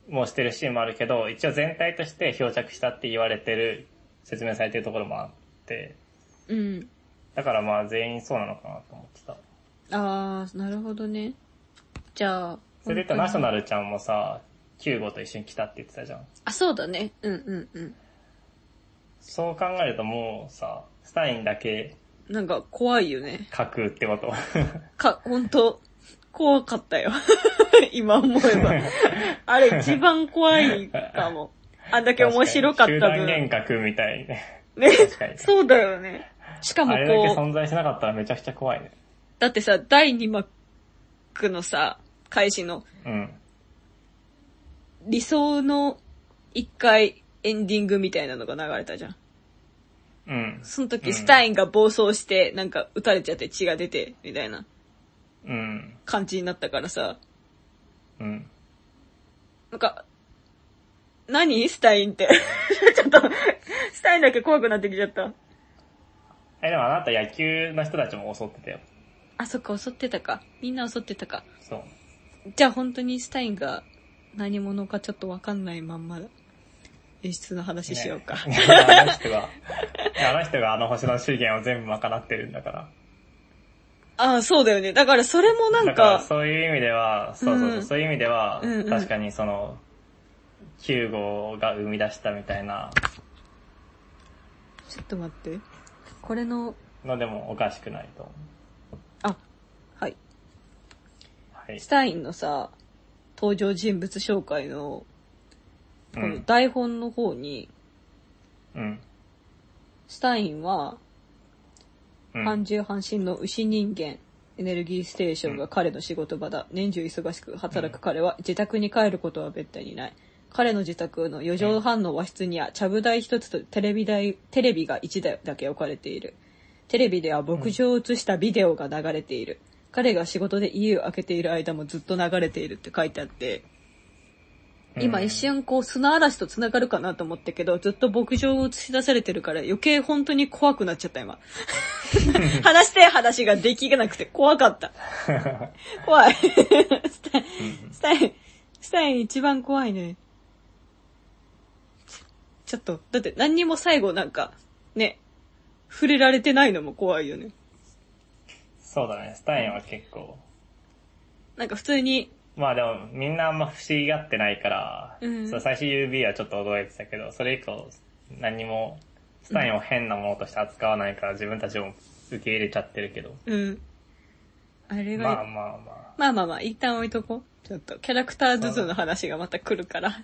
Speaker 2: もうしてるシーンもあるけど、一応全体として漂着したって言われてる、説明されてるところもあって、
Speaker 1: うん。
Speaker 2: だからまあ全員そうなのかなと思ってた。
Speaker 1: あー、なるほどね。じゃあ。
Speaker 2: それで言ったらナショナルちゃんもさ、9号と一緒に来たって言ってたじゃん。
Speaker 1: あ、そうだね。うんうんうん。
Speaker 2: そう考えるともうさ、スタインだけ
Speaker 1: なんか怖いよね。
Speaker 2: 書くってこと。
Speaker 1: か、ほんと、怖かったよ。 (laughs) 今思え
Speaker 2: (laughs)
Speaker 1: ば。あれ一番怖いかも。あんだけ面白かった分。
Speaker 2: 集団幻覚みたいね。
Speaker 1: ね
Speaker 2: 確かに
Speaker 1: そうだよね。しかも
Speaker 2: あれだけ
Speaker 1: こう、
Speaker 2: 存在しなかったらめちゃくちゃ怖いね。
Speaker 1: だってさ、第2幕のさ、開始の
Speaker 2: うん。
Speaker 1: 理想の1回エンディングみたいなのが流れたじゃん。
Speaker 2: うん。
Speaker 1: その
Speaker 2: う
Speaker 1: 時
Speaker 2: ん
Speaker 1: スタインが暴走して、なんか撃たれちゃって血が出て、みたいな
Speaker 2: うん。
Speaker 1: 感じになったからさ、
Speaker 2: うん。
Speaker 1: (laughs) なんか、何スタインって。ちょっと、スタインだけ怖くなってきちゃった。
Speaker 2: え、でもあなた野球の人たちも襲ってたよ。
Speaker 1: あ、そっか、襲ってたか。みんな襲ってたか。
Speaker 2: そう。 (laughs)
Speaker 1: じゃあ本当にスタインが何者かちょっとわかんないまんま、演出の話しようか。
Speaker 2: ねあの人が、あの人があの星の資源を全部賄ってるんだから。
Speaker 1: ああ、そうだよね。だからそれもなん
Speaker 2: だから
Speaker 1: か、
Speaker 2: そういう意味では、そうそうそう、
Speaker 1: うん
Speaker 2: そういう意味では、
Speaker 1: うんうん
Speaker 2: 確かにその、9号が生み出したみたいな
Speaker 1: ちょっと待って。これの、
Speaker 2: のでもおかしくないと思う。
Speaker 1: あ、はい。
Speaker 2: はい
Speaker 1: ス。タインのさ、登場人物紹介の、
Speaker 2: う
Speaker 1: この
Speaker 2: ん。
Speaker 1: 台本の方に、
Speaker 2: うん。
Speaker 1: スタインは、
Speaker 2: うん
Speaker 1: 半獣半身の牛人間、エネルギーステーションが彼の仕事場だ。年中忙しく働く彼は自宅に帰ることは別途にない。彼の自宅の4畳半の和室には、ちゃぶ台一つとテレビ台、テレビが1台だけ置かれている。テレビでは牧場を映したビデオが流れている。彼が仕事で家を開けている間もずっと流れているって書いてあって、今
Speaker 2: うん
Speaker 1: 一瞬こう砂嵐と繋がるかなと思ったけど、ずっと牧場を映し出されてるから余計本当に怖くなっちゃった
Speaker 2: (laughs)
Speaker 1: 今。話して話ができなくて怖か
Speaker 2: (laughs)
Speaker 1: った。怖い。スタイン、スタイン、スタイン一番怖いね。ちょっと、だって何にも最後なんか、ね、触れられてないのも怖いよね。
Speaker 2: そうだね、スタインは結構。
Speaker 1: なんか普通に、
Speaker 2: まあでも、みんなあんま不思議がってないから、
Speaker 1: うん
Speaker 2: そう最初 UB はちょっと驚いてたけど、それ以降、何も、スタインを変なものとして扱わないから自分たちも受け入れちゃってるけど。
Speaker 1: うん。あれが、
Speaker 2: まあまあまあ。
Speaker 1: まあまあまあ、一旦置いとこう。ちょっと、キャラクターずつの話がまた来るから。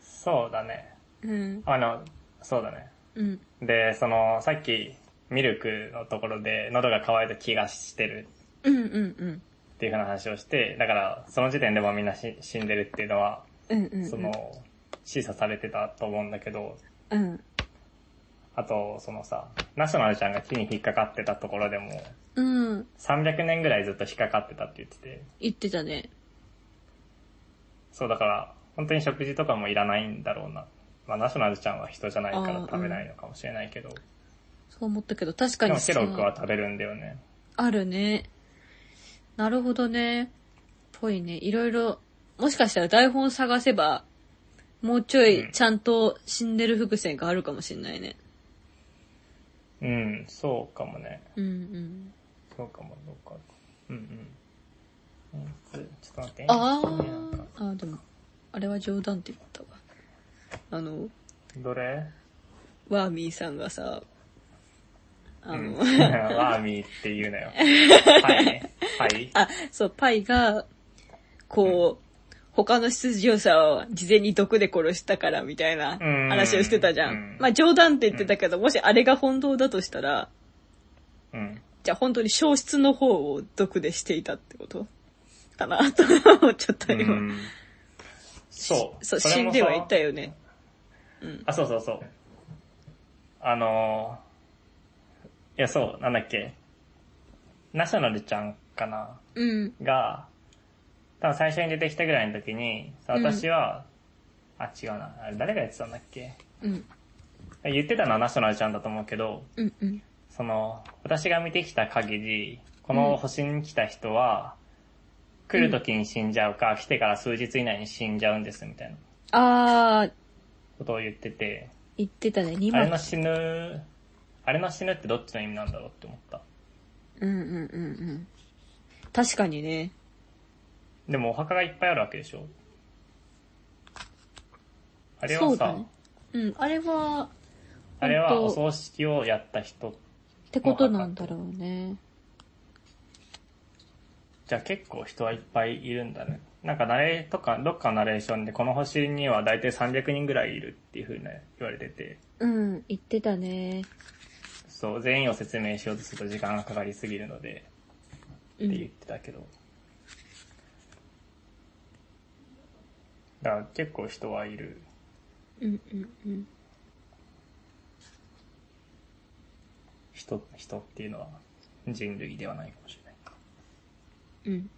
Speaker 2: そうだね。
Speaker 1: うん。
Speaker 2: あの、そうだね。
Speaker 1: うん。
Speaker 2: で、その、さっき、ミルクのところで喉が渇いた気がしてる
Speaker 1: うんうんうん。
Speaker 2: っていう風な話をして、だから、その時点でもうみんなし死んでるっていうのは、
Speaker 1: うんうん、うん。
Speaker 2: その、審査されてたと思うんだけど、
Speaker 1: うん。
Speaker 2: あと、そのさ、ナショナルちゃんが木に引っかかってたところでも、
Speaker 1: うん。
Speaker 2: 300年ぐらいずっと引っかかってたって言ってて、
Speaker 1: 言ってたね。
Speaker 2: そうだから、本当に食事とかもいらないんだろうな。まあ、ナショナルちゃんは人じゃないか
Speaker 1: あー
Speaker 2: ら食べないのかもしれないけど、
Speaker 1: そう思ったけど、確か
Speaker 2: で
Speaker 1: に
Speaker 2: もシロックは食べるんだよね。
Speaker 1: あるね。なるほどね。ぽいね。いろいろ、もしかしたら台本探せば、もうちょ
Speaker 2: う
Speaker 1: い
Speaker 2: ん
Speaker 1: ちゃんと死んでる伏線があるかもしんないね。
Speaker 2: うん、そうかもね。
Speaker 1: うんうん。
Speaker 2: そうかも、そうかも。うんうん。うんちょっと待って。
Speaker 1: あ
Speaker 2: なんか
Speaker 1: ー。あー、でも、あれは冗談って言ったわ。あの、
Speaker 2: どれ
Speaker 1: ワーミーさんがさ、あ
Speaker 2: うん。 (laughs)
Speaker 1: の、
Speaker 2: ワーミーって言うなよ。はいね。はい。
Speaker 1: (laughs) あ、そう、パイが、こう、他の出場者を事前に毒で殺したからみたいな
Speaker 2: うん
Speaker 1: 話をしてたじゃん。
Speaker 2: うん
Speaker 1: まあ冗談って言ってたけど、もしあれが本当だとしたら、
Speaker 2: うん。
Speaker 1: じゃあ本当に消失の方を毒でしていたってことかなと思っちゃった今。
Speaker 2: うんそう。
Speaker 1: そう、
Speaker 2: それ
Speaker 1: 死ん
Speaker 2: も
Speaker 1: ではい
Speaker 2: さ
Speaker 1: たよね。
Speaker 2: あ、そうそうそう。あのー、いや、そう、なんだっけ。ナショナルちゃんかな
Speaker 1: うん。
Speaker 2: が、多分最初に出てきたぐらいの時に、さ
Speaker 1: うん
Speaker 2: 私は、あ、違うな。あれ誰がやってたんだっけ
Speaker 1: うん。
Speaker 2: 言ってたのはナショナルちゃんだと思うけど、
Speaker 1: うん。うん。
Speaker 2: その、私が見てきた限り、この星に来た人は、来る時に死んじゃうか、来てから数日以内に死んじゃうんです、みたいな
Speaker 1: あー、
Speaker 2: ことを言ってて、
Speaker 1: 言ってたね、2
Speaker 2: あれ
Speaker 1: 枚
Speaker 2: の。死ぬ、あれの死ぬってどっちの意味なんだろうって思った。
Speaker 1: うんうんうんうん。確かにね。
Speaker 2: でもお墓がいっぱいあるわけでしょあれ
Speaker 1: そ
Speaker 2: は
Speaker 1: うだ
Speaker 2: さ、
Speaker 1: ね。うん、あれは、
Speaker 2: あれはお
Speaker 1: 本当
Speaker 2: 葬式をやった
Speaker 1: っ
Speaker 2: 人、
Speaker 1: てことなんだろうね。
Speaker 2: じゃあ結構人はいっぱいいるんだね。なんかナレとか、どっかのナレーションでこの星には大体300人ぐらいいるっていう風に言われてて、
Speaker 1: うん、言ってたね。
Speaker 2: そう、全員を説明しようとすると時間がかかりすぎるので、
Speaker 1: う
Speaker 2: って言
Speaker 1: ん。
Speaker 2: ってたけど。だから結構人はいる。
Speaker 1: うん、うん、うん。
Speaker 2: 人、人っていうのは人類ではないかもしれない。
Speaker 1: うん。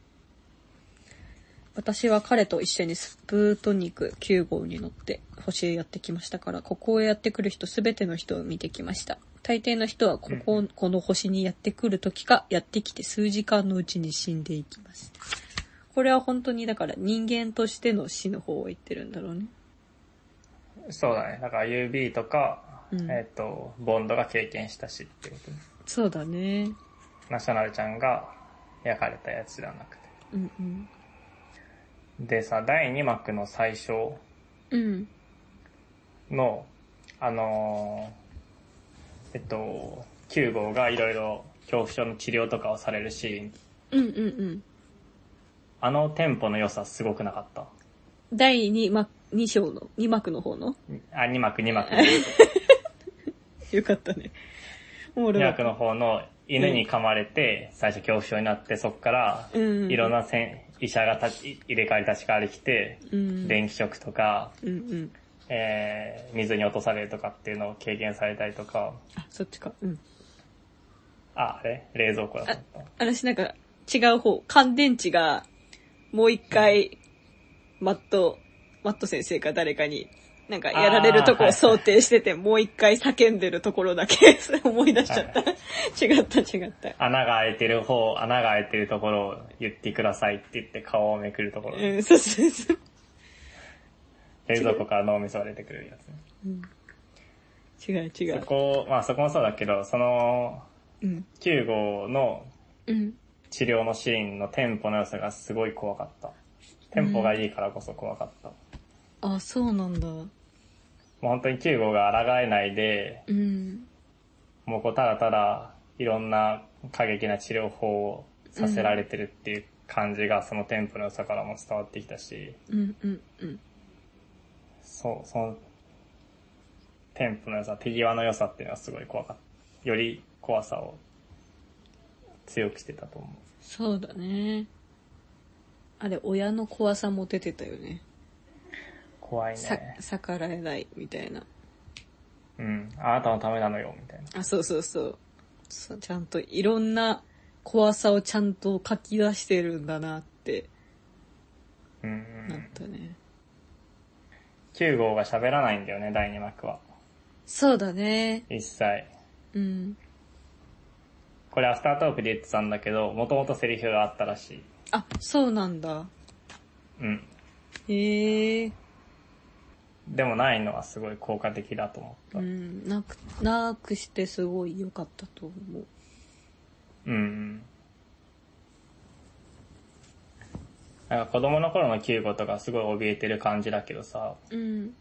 Speaker 1: 私は彼と一緒にスプートニク9号に乗って星へやってきましたから、ここへやってくる人すべての人を見てきました。大抵の人はここ、この星にやってくる時か、やってきて数時間のうちに死んでいきます。これは本当にだから人間としての死の方を言ってるんだろうね。
Speaker 2: そうだね。だから UB とか、
Speaker 1: うん
Speaker 2: えっ、と、ボンドが経験したしってことね。
Speaker 1: そうだね。
Speaker 2: ナショナルちゃんが焼かれたやつじゃなくて。
Speaker 1: うんうん。
Speaker 2: でさ、第2幕の最初
Speaker 1: うん。
Speaker 2: の、あのーえっと、9号がいろいろ恐怖症の治療とかをされるシー
Speaker 1: う
Speaker 2: ン。
Speaker 1: んうんうん。
Speaker 2: あのテンポの良さすごくなかった。
Speaker 1: 第 2, 幕2章の、2幕の方の
Speaker 2: あ、2幕2幕。
Speaker 1: (laughs) よかったね。おもろ
Speaker 2: 2
Speaker 1: かった
Speaker 2: 幕の方の犬に噛まれて、最初恐怖症になって、そっから、
Speaker 1: うん
Speaker 2: いろんなせん医者が立ち入れ替わり立ち替わり来て、
Speaker 1: うん
Speaker 2: 電気ショックとか、
Speaker 1: うんうん。
Speaker 2: えー、水に落とされるとかっていうのを経験されたりとか、
Speaker 1: あ、そっちか。うん。
Speaker 2: あ、あれ冷蔵庫だと思った。
Speaker 1: 私なんか違う方、乾電池がもう一回、マット、マット先生か誰かに、なんかやられるとこ
Speaker 2: あーはいは
Speaker 1: を
Speaker 2: い
Speaker 1: 想定してて、もう一回叫んでるところだけ (laughs) それ思い出しちゃった
Speaker 2: は。
Speaker 1: 違った違った。
Speaker 2: 穴が開いてる方、穴が開いてるところを言ってくださいって言って顔をめくるところ、
Speaker 1: うん、そうそうそう。
Speaker 2: 冷蔵庫から脳みそが出てくるやつね。
Speaker 1: 違う違。
Speaker 2: そうこ、まあそこもそうだけど、その、
Speaker 1: うん。
Speaker 2: 9号の
Speaker 1: うん。
Speaker 2: 治療のシーンのテンポの良さがすごい怖かった。テンポがいいからこそ怖かった。も
Speaker 1: あ、そうなんだ。
Speaker 2: う本当に9号が抗えないで、
Speaker 1: うん。
Speaker 2: もうこうただただいろんな過激な治療法をさせられてるっていう感じがそのテンポの良さからも伝わってきたし、
Speaker 1: うんうんうん。
Speaker 2: そう、そのテンポの良さ、手際の良さっていうのはすごい怖かった。より怖さを強くしてたと思う。
Speaker 1: そうだね。あれ、親の怖さも出てたよね。
Speaker 2: 怖い
Speaker 1: さ
Speaker 2: ね、。
Speaker 1: 逆らえないみたいな。
Speaker 2: うん。あなたのためなのよ、みたいな。
Speaker 1: あ、そうそうそう。そうちゃんといろんな怖さをちゃんと書き出してるんだなって
Speaker 2: うんう
Speaker 1: なんっ。たね。
Speaker 2: 9号が喋らないんだよね、第2幕は。
Speaker 1: そうだね。
Speaker 2: 一切。
Speaker 1: うん。
Speaker 2: これアフタートークで言ってたんだけど、もともとセリフがあったらしい。
Speaker 1: あ、そうなんだ。
Speaker 2: うん。
Speaker 1: へえ。
Speaker 2: でもないのはすごい効果的だと思った。
Speaker 1: う
Speaker 2: うん。
Speaker 1: ん。なく、なくしてすごい良かったと思う。
Speaker 2: うんなんか子供の頃の9号とかすごい怯えてる感じだけどさ、
Speaker 1: うん。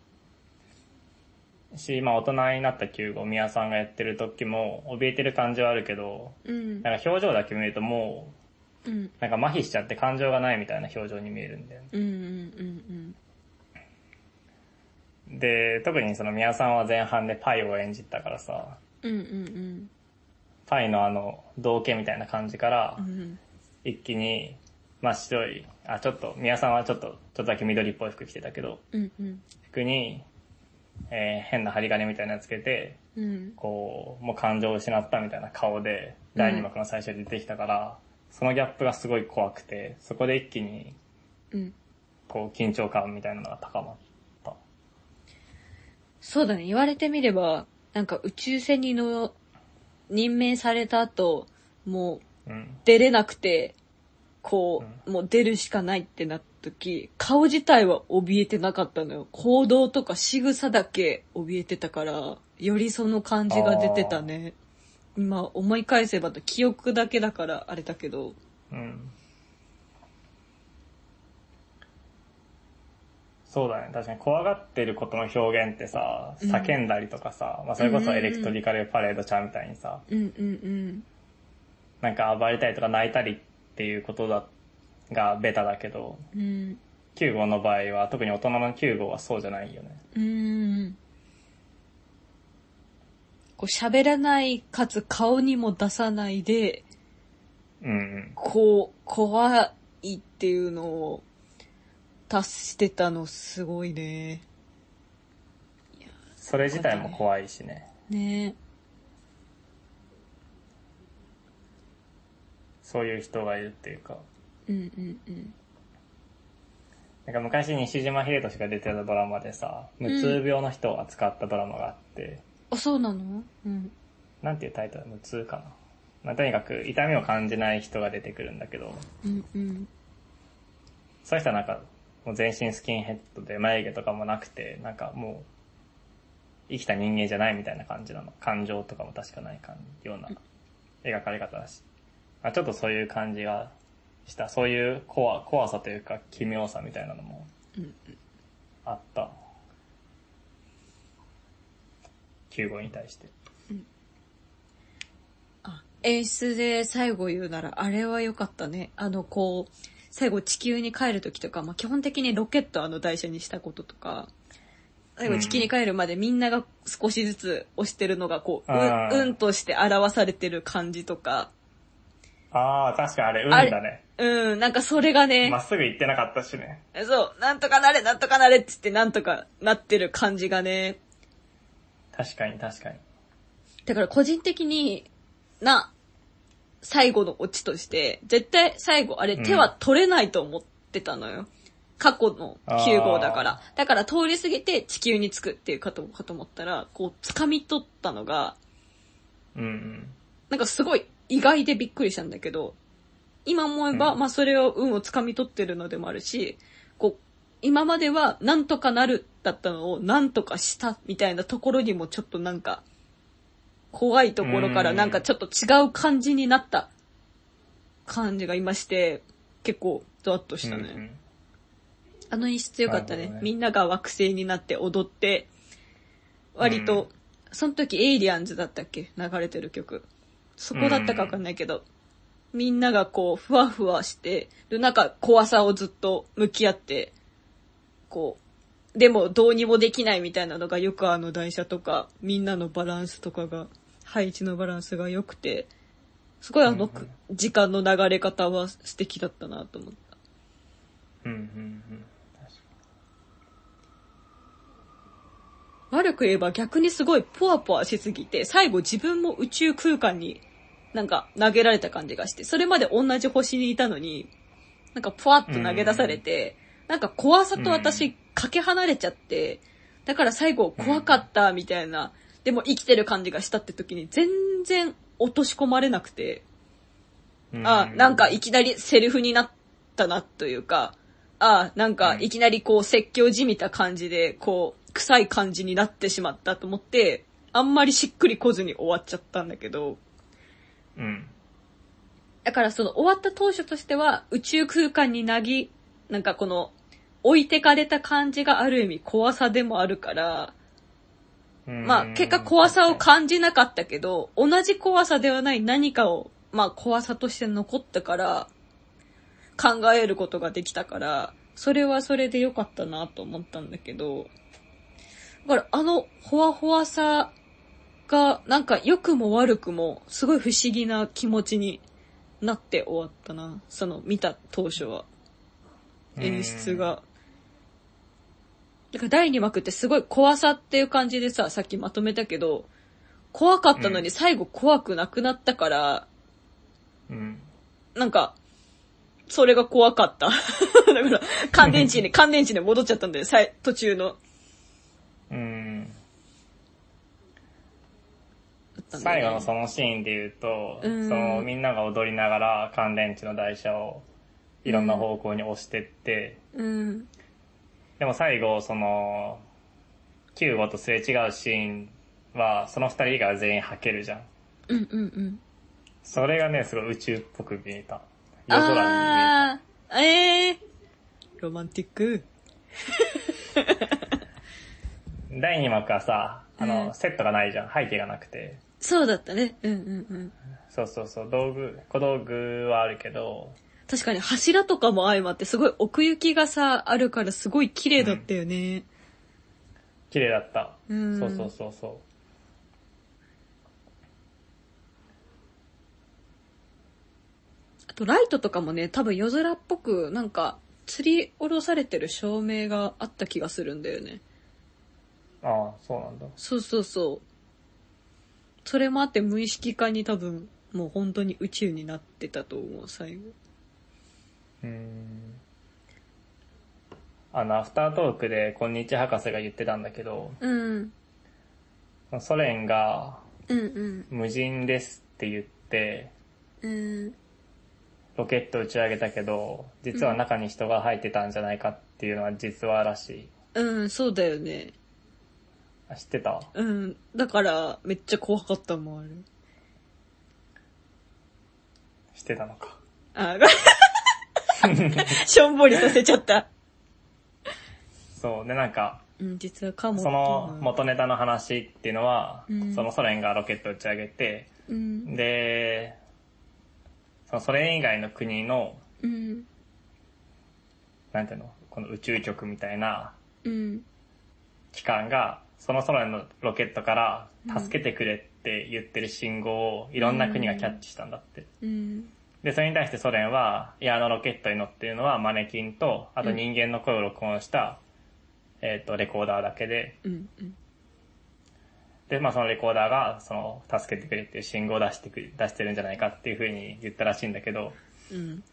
Speaker 2: し、今大人になった9号、宮さんがやってる時も、怯えてる感じはあるけど、
Speaker 1: うん。
Speaker 2: なんか表情だけ見るとも
Speaker 1: うん。
Speaker 2: う、なんか麻痺しちゃって感情がないみたいな表情に見えるんだよね。
Speaker 1: うんうんうん
Speaker 2: で、特にその宮さんは前半でパイを演じたからさ、
Speaker 1: うん。うんうん
Speaker 2: パイのあの、道化みたいな感じから
Speaker 1: うん。う、ん。
Speaker 2: 一気に真っ白い、あ、ちょっと、宮さんはちょっと、ちょっとだけ緑っぽい服着てたけど、
Speaker 1: うんうん。
Speaker 2: 服に、えー変な針金みたいなのつけて、
Speaker 1: うん。
Speaker 2: こう、もう感情を失ったみたいな顔で、第2幕の最初に出てきたから、そのギャップがすごい怖くて、そこで一気に、
Speaker 1: うん。
Speaker 2: こう、緊張感みたいなのが高まった。
Speaker 1: そうだね。言われてみれば、なんか宇宙船にの任命された後、もう
Speaker 2: うん。
Speaker 1: 出れなくて、こう、もう出るしかないってなった時、顔自体は怯えてなかったのよ。行動とか仕草だけ怯えてたから、よりその感じが出てたね。今思い返せばと記憶だけだからあれだけど。
Speaker 2: うん。そうだね。確かに怖がってることの表現ってさ、
Speaker 1: うん
Speaker 2: 叫んだりとかさ、まあそれこそエレクトリカルパレードちゃんみたいにさ、
Speaker 1: うんうん
Speaker 2: なんか暴れたりとか泣いたりっていうことだ、がベタだけど、
Speaker 1: うん。うん。
Speaker 2: 9号の場合は、特に大人の9号はそうじゃないよね。
Speaker 1: うーん。こう喋らないかつ顔にも出さないで、
Speaker 2: うんうん。
Speaker 1: こう、怖いっていうのを達してたのすごいね。
Speaker 2: それ自体も怖いしね。
Speaker 1: ね
Speaker 2: そういう人がいるっていうか。
Speaker 1: うんうんうん。
Speaker 2: なんか昔西島秀俊が出てたドラマでさ、無痛病の人を扱ったドラマがあって、
Speaker 1: あ、そうなのうん。
Speaker 2: なんていうタイトル無痛かな。まあ、とにかく痛みを感じない人が出てくるんだけど、
Speaker 1: うんうん。
Speaker 2: そういう人はなんか、もう全身スキンヘッドで眉毛とかもなくて、なんかもう、生きた人間じゃないみたいな感じなの。感情とかも確かない感じような描かれ方だし。まあ、ちょっとそういう感じがした。そういう怖怖さというか奇妙さみたいなのも
Speaker 1: うん、
Speaker 2: あった。95に対して。
Speaker 1: あ、演出で最後言うなら、あれは良かったね。あの、こう、最後地球に帰る時とか、まあ、基本的にロケットあの台車にしたこととか、最後地球に帰るまでみんなが少しずつ押してるのが、こう、
Speaker 2: あ
Speaker 1: う
Speaker 2: ー
Speaker 1: ん、うんとして表されてる感じとか、
Speaker 2: ああ、確かあれ、運
Speaker 1: あれ
Speaker 2: だね。
Speaker 1: うん、なんかそれがね、
Speaker 2: まっすぐ行ってなかったしね。
Speaker 1: そう、なんとかなれ、なんとかなれって言って、なんとかなってる感じがね、
Speaker 2: 確かに確かに。
Speaker 1: だから個人的にな、最後のオチとして、絶対最後、あれ
Speaker 2: うん
Speaker 1: 手は取れないと思ってたのよ。過去の9号だから。だから通り過ぎて地球に着くっていうかとかと思ったら、こう掴み取ったのが、
Speaker 2: うんうん。
Speaker 1: なんかすごい意外でびっくりしたんだけど、今思えば、
Speaker 2: うん
Speaker 1: まあそれを運を掴み取ってるのでもあるし、こう、今まではなんとかなるだったのをなんとかしたみたいなところにもちょっとなんか、怖いところから
Speaker 2: うん
Speaker 1: なんかちょっと違う感じになった感じがいまして、結構ドワッとしたね。
Speaker 2: うんうん
Speaker 1: あの演出良かった
Speaker 2: な
Speaker 1: ね
Speaker 2: るほどね
Speaker 1: みんなが惑星になって踊って、割
Speaker 2: うん
Speaker 1: と、その時エイリアンズだったっけ流れてる曲。そこだったかわかんないけど、みんながこう、ふわふわしてる中、怖さをずっと向き合って、こう、でもどうにもできないみたいなのがよくあの台車とか、みんなのバランスとかが、配置のバランスが良くて、すごいあの、
Speaker 2: うん
Speaker 1: 時間の流れ方は素敵だったなと思った。
Speaker 2: うんうんうん。確か
Speaker 1: 悪く言えば逆にすごいポワポワしすぎて、最後自分も宇宙空間になんか投げられた感じがして、それまで同じ星にいたのに、なんかポワッと投げ出されて、なんか怖さと
Speaker 2: う
Speaker 1: 私かけ離れちゃって、だから最後怖かったみたいな、でも生きてる感じがしたって時に全然落とし込まれなくて、
Speaker 2: に
Speaker 1: あ、なんかいきなりセリフになったなというか、あ、なんかいきなりこう説教じみた感じで、こう、臭い感じになってしまったと思って、あんまりしっくりこずに終わっちゃったんだけど、
Speaker 2: うん。
Speaker 1: だからその終わった当初としては、宇宙空間になぎ、なんかこの、置いてかれた感じがある意味怖さでもあるから、まあ結果怖さを感じなかったけど、同じ怖さではない何かを、まあ怖さとして残ったから、考えることができたから、それはそれで良かったなと思ったんだけど、だからあのほわほわさが、なんか良くも悪くも、すごい不思議な気持ちになって終わったな。その見た当初は。演出が。だから第2幕ってすごい怖さっていう感じでさ、さっきまとめたけど、怖かったの
Speaker 2: う
Speaker 1: に
Speaker 2: ん
Speaker 1: 最後怖くなくなったから、
Speaker 2: うん。うん。
Speaker 1: なんか、それが怖かった。 (laughs) だから、乾電
Speaker 2: (laughs)
Speaker 1: 池に、乾電池に戻っちゃったんだよ、さい途中の。
Speaker 2: うん。
Speaker 1: だったんだ
Speaker 2: 最
Speaker 1: よ
Speaker 2: 後
Speaker 1: ね
Speaker 2: のそのシーンで言うと、
Speaker 1: うん
Speaker 2: そのみんなが踊りながら乾電池の台車をいろんな方向に押してって、
Speaker 1: うん。
Speaker 2: でも最後、その、9号とすれ違うシーンは、その二人以外は全員吐けるじゃん。
Speaker 1: うんうんうん。
Speaker 2: それがね、すごい宇宙っぽく見えた。夜空に見え
Speaker 1: あー、えー。ロマンティック。
Speaker 2: た。第2幕はさ、あの、
Speaker 1: うん
Speaker 2: セットがないじゃん。背景がなくて。
Speaker 1: そうだったね。うんうんうん。
Speaker 2: そうそうそう、道具、小道具はあるけど、
Speaker 1: 確かに柱とかも相まってすごい奥行きがさ、あるからすごい綺麗だったよね。
Speaker 2: 綺麗だった。
Speaker 1: うん
Speaker 2: そうそうそうそう。
Speaker 1: あとライトとかもね、多分夜空っぽくなんか、釣り下ろされてる照明があった気がするんだよね。
Speaker 2: ああ、そうなんだ。
Speaker 1: そうそうそう。それもあって無意識化に多分、もう本当に宇宙になってたと思う、最後。
Speaker 2: うーん。あの、アフタートークで、こんにちは博士が言ってたんだけど、
Speaker 1: うん。
Speaker 2: ソ連が
Speaker 1: うんうん。
Speaker 2: 無人ですって言って、
Speaker 1: うん。
Speaker 2: ロケット打ち上げたけど、実は中に人が入ってたんじゃないかっていうのは実話らしい。
Speaker 1: うん、そうだよね。
Speaker 2: あ知ってた
Speaker 1: うん。だから、めっちゃ怖かったもん、あれ。
Speaker 2: 知ってたのか。
Speaker 1: あ、しょんぼりさせちゃった。
Speaker 2: そう。で、なんか、
Speaker 1: うん、実はカモ
Speaker 2: その元ネタの話っていうのは、
Speaker 1: うん
Speaker 2: そのソ連がロケット打ち上げて、
Speaker 1: うん、
Speaker 2: で、そのソ連以外の国の、
Speaker 1: うん、
Speaker 2: なんていうの、この宇宙局みたいな
Speaker 1: うん、
Speaker 2: 機関が、そのソ連のロケットから助けてくれって言ってる信号をいろんな国がキャッチしたんだって。
Speaker 1: うん、
Speaker 2: で、それに対してソ連は、いや、あのロケットに乗ってるのはマネキンと、あと人間の声を録音した、えっ、と、レコーダーだけで、
Speaker 1: うん、
Speaker 2: で、まあそのレコーダーが、その、助けてくれっていう信号を出してくれ、出してるんじゃないかっていうふうに言ったらしいんだけど、
Speaker 1: うん、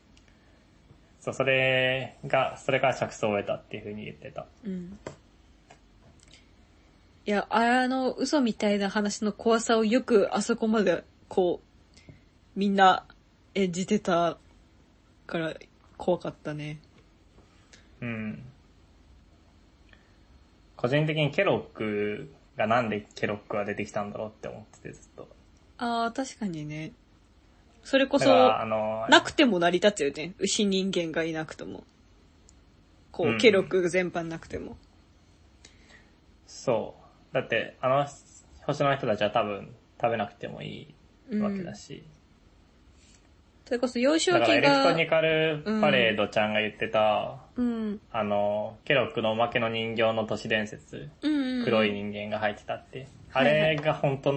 Speaker 2: そう、それが、それから着想を得たっていうふうに言ってた。
Speaker 1: うん。いや、あの嘘みたいな話の怖さをよくあそこまで、こう、みんな演じてたから怖かったね。
Speaker 2: うん。個人的にケロックがなんでケロックが出てきたんだろうって思っててずっと。
Speaker 1: ああ、確かにね。それこ
Speaker 2: だ
Speaker 1: そ、
Speaker 2: から、あの、
Speaker 1: なくても成り立つよね。牛人間がいなくとも。こ
Speaker 2: う
Speaker 1: う、
Speaker 2: ん
Speaker 1: ケロック全般なくても。
Speaker 2: そう。だって、あの星の人たちは多分食べなくてもいいわけだし。
Speaker 1: それこそ幼少
Speaker 2: だから
Speaker 1: 期
Speaker 2: エレクト
Speaker 1: が
Speaker 2: ニ、カルパレードちゃんが言ってた、
Speaker 1: うん、
Speaker 2: あの、ケロックのおまけの人形の都市伝説、
Speaker 1: うん、
Speaker 2: 黒い人間が入ってたって。あ
Speaker 1: はいはい
Speaker 2: れが本当、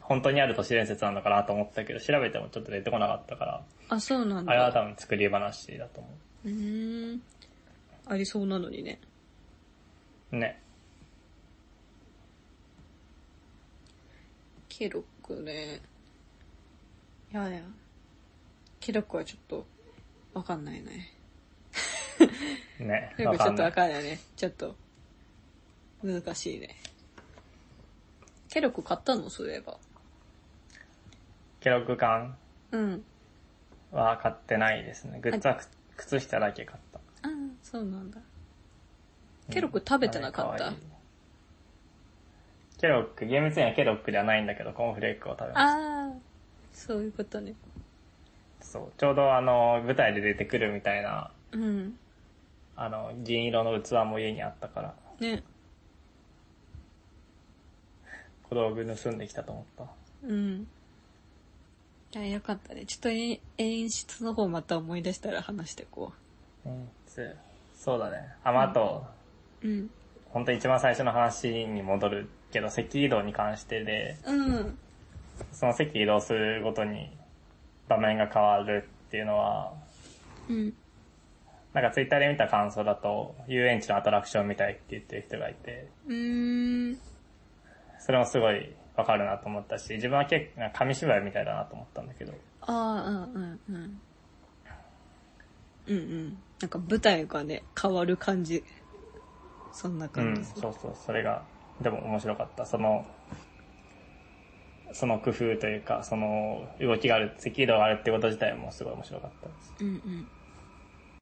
Speaker 2: 本当にある都市伝説なのかなと思ってたけど、調べてもちょっと出てこなかったから、
Speaker 1: あ、そうなん
Speaker 2: あれは
Speaker 1: だ。
Speaker 2: 多分作り話だと思
Speaker 1: うーん。ありそうなのにね。
Speaker 2: う。ね。
Speaker 1: ケロックね。いやいや。ケロックはちょっと、わかんないね。
Speaker 2: ね。
Speaker 1: ケロック
Speaker 2: わ
Speaker 1: ち
Speaker 2: か
Speaker 1: ょ
Speaker 2: ん
Speaker 1: っと
Speaker 2: な
Speaker 1: わ
Speaker 2: い。
Speaker 1: かんないね。ちょっと、難しいね。ケロック買ったのそういえば。
Speaker 2: ケロック缶
Speaker 1: うん。
Speaker 2: は買ってないですね。グッズは靴下だけ買った。
Speaker 1: ああ、そうなんだ。ケロック食べてなかった
Speaker 2: あれ可愛いケロック、厳密にはケロックではないんだけど、コーンフレークを食べまし
Speaker 1: ああ、そういうことね。
Speaker 2: た。そう。ちょうどあの、舞台で出てくるみたいな、
Speaker 1: うん。
Speaker 2: あの、銀色の器も家にあったから、
Speaker 1: ね。
Speaker 2: 小道具盗んできたと思った。
Speaker 1: うん。いや、よかったね。ちょっとえ演出の方また思い出したら話してこ
Speaker 2: うん、つそうだね。あ、まあ、あと、
Speaker 1: う。うん。
Speaker 2: 本当一番最初の話に戻るけど、席移動に関してで、
Speaker 1: うん。
Speaker 2: その席移動するごとに場面が変わるっていうのは、
Speaker 1: うん。
Speaker 2: なんかツイッターで見た感想だと、遊園地のアトラクションみたいって言ってる人がいて、
Speaker 1: うーん。
Speaker 2: それもすごいわかるなと思ったし、自分は結構、なんか紙芝居みたいだなと思ったんだけど、
Speaker 1: ああ、うんうんうん。うんうん。なんか舞台がね、変わる感じ。そんな
Speaker 2: う
Speaker 1: 感じ
Speaker 2: ん、
Speaker 1: する。
Speaker 2: そうそう、それが、でも面白かった。その、その工夫というか、その動きがある、赤移動があるってこと自体もすごい面白かったで
Speaker 1: う
Speaker 2: す。
Speaker 1: んうん。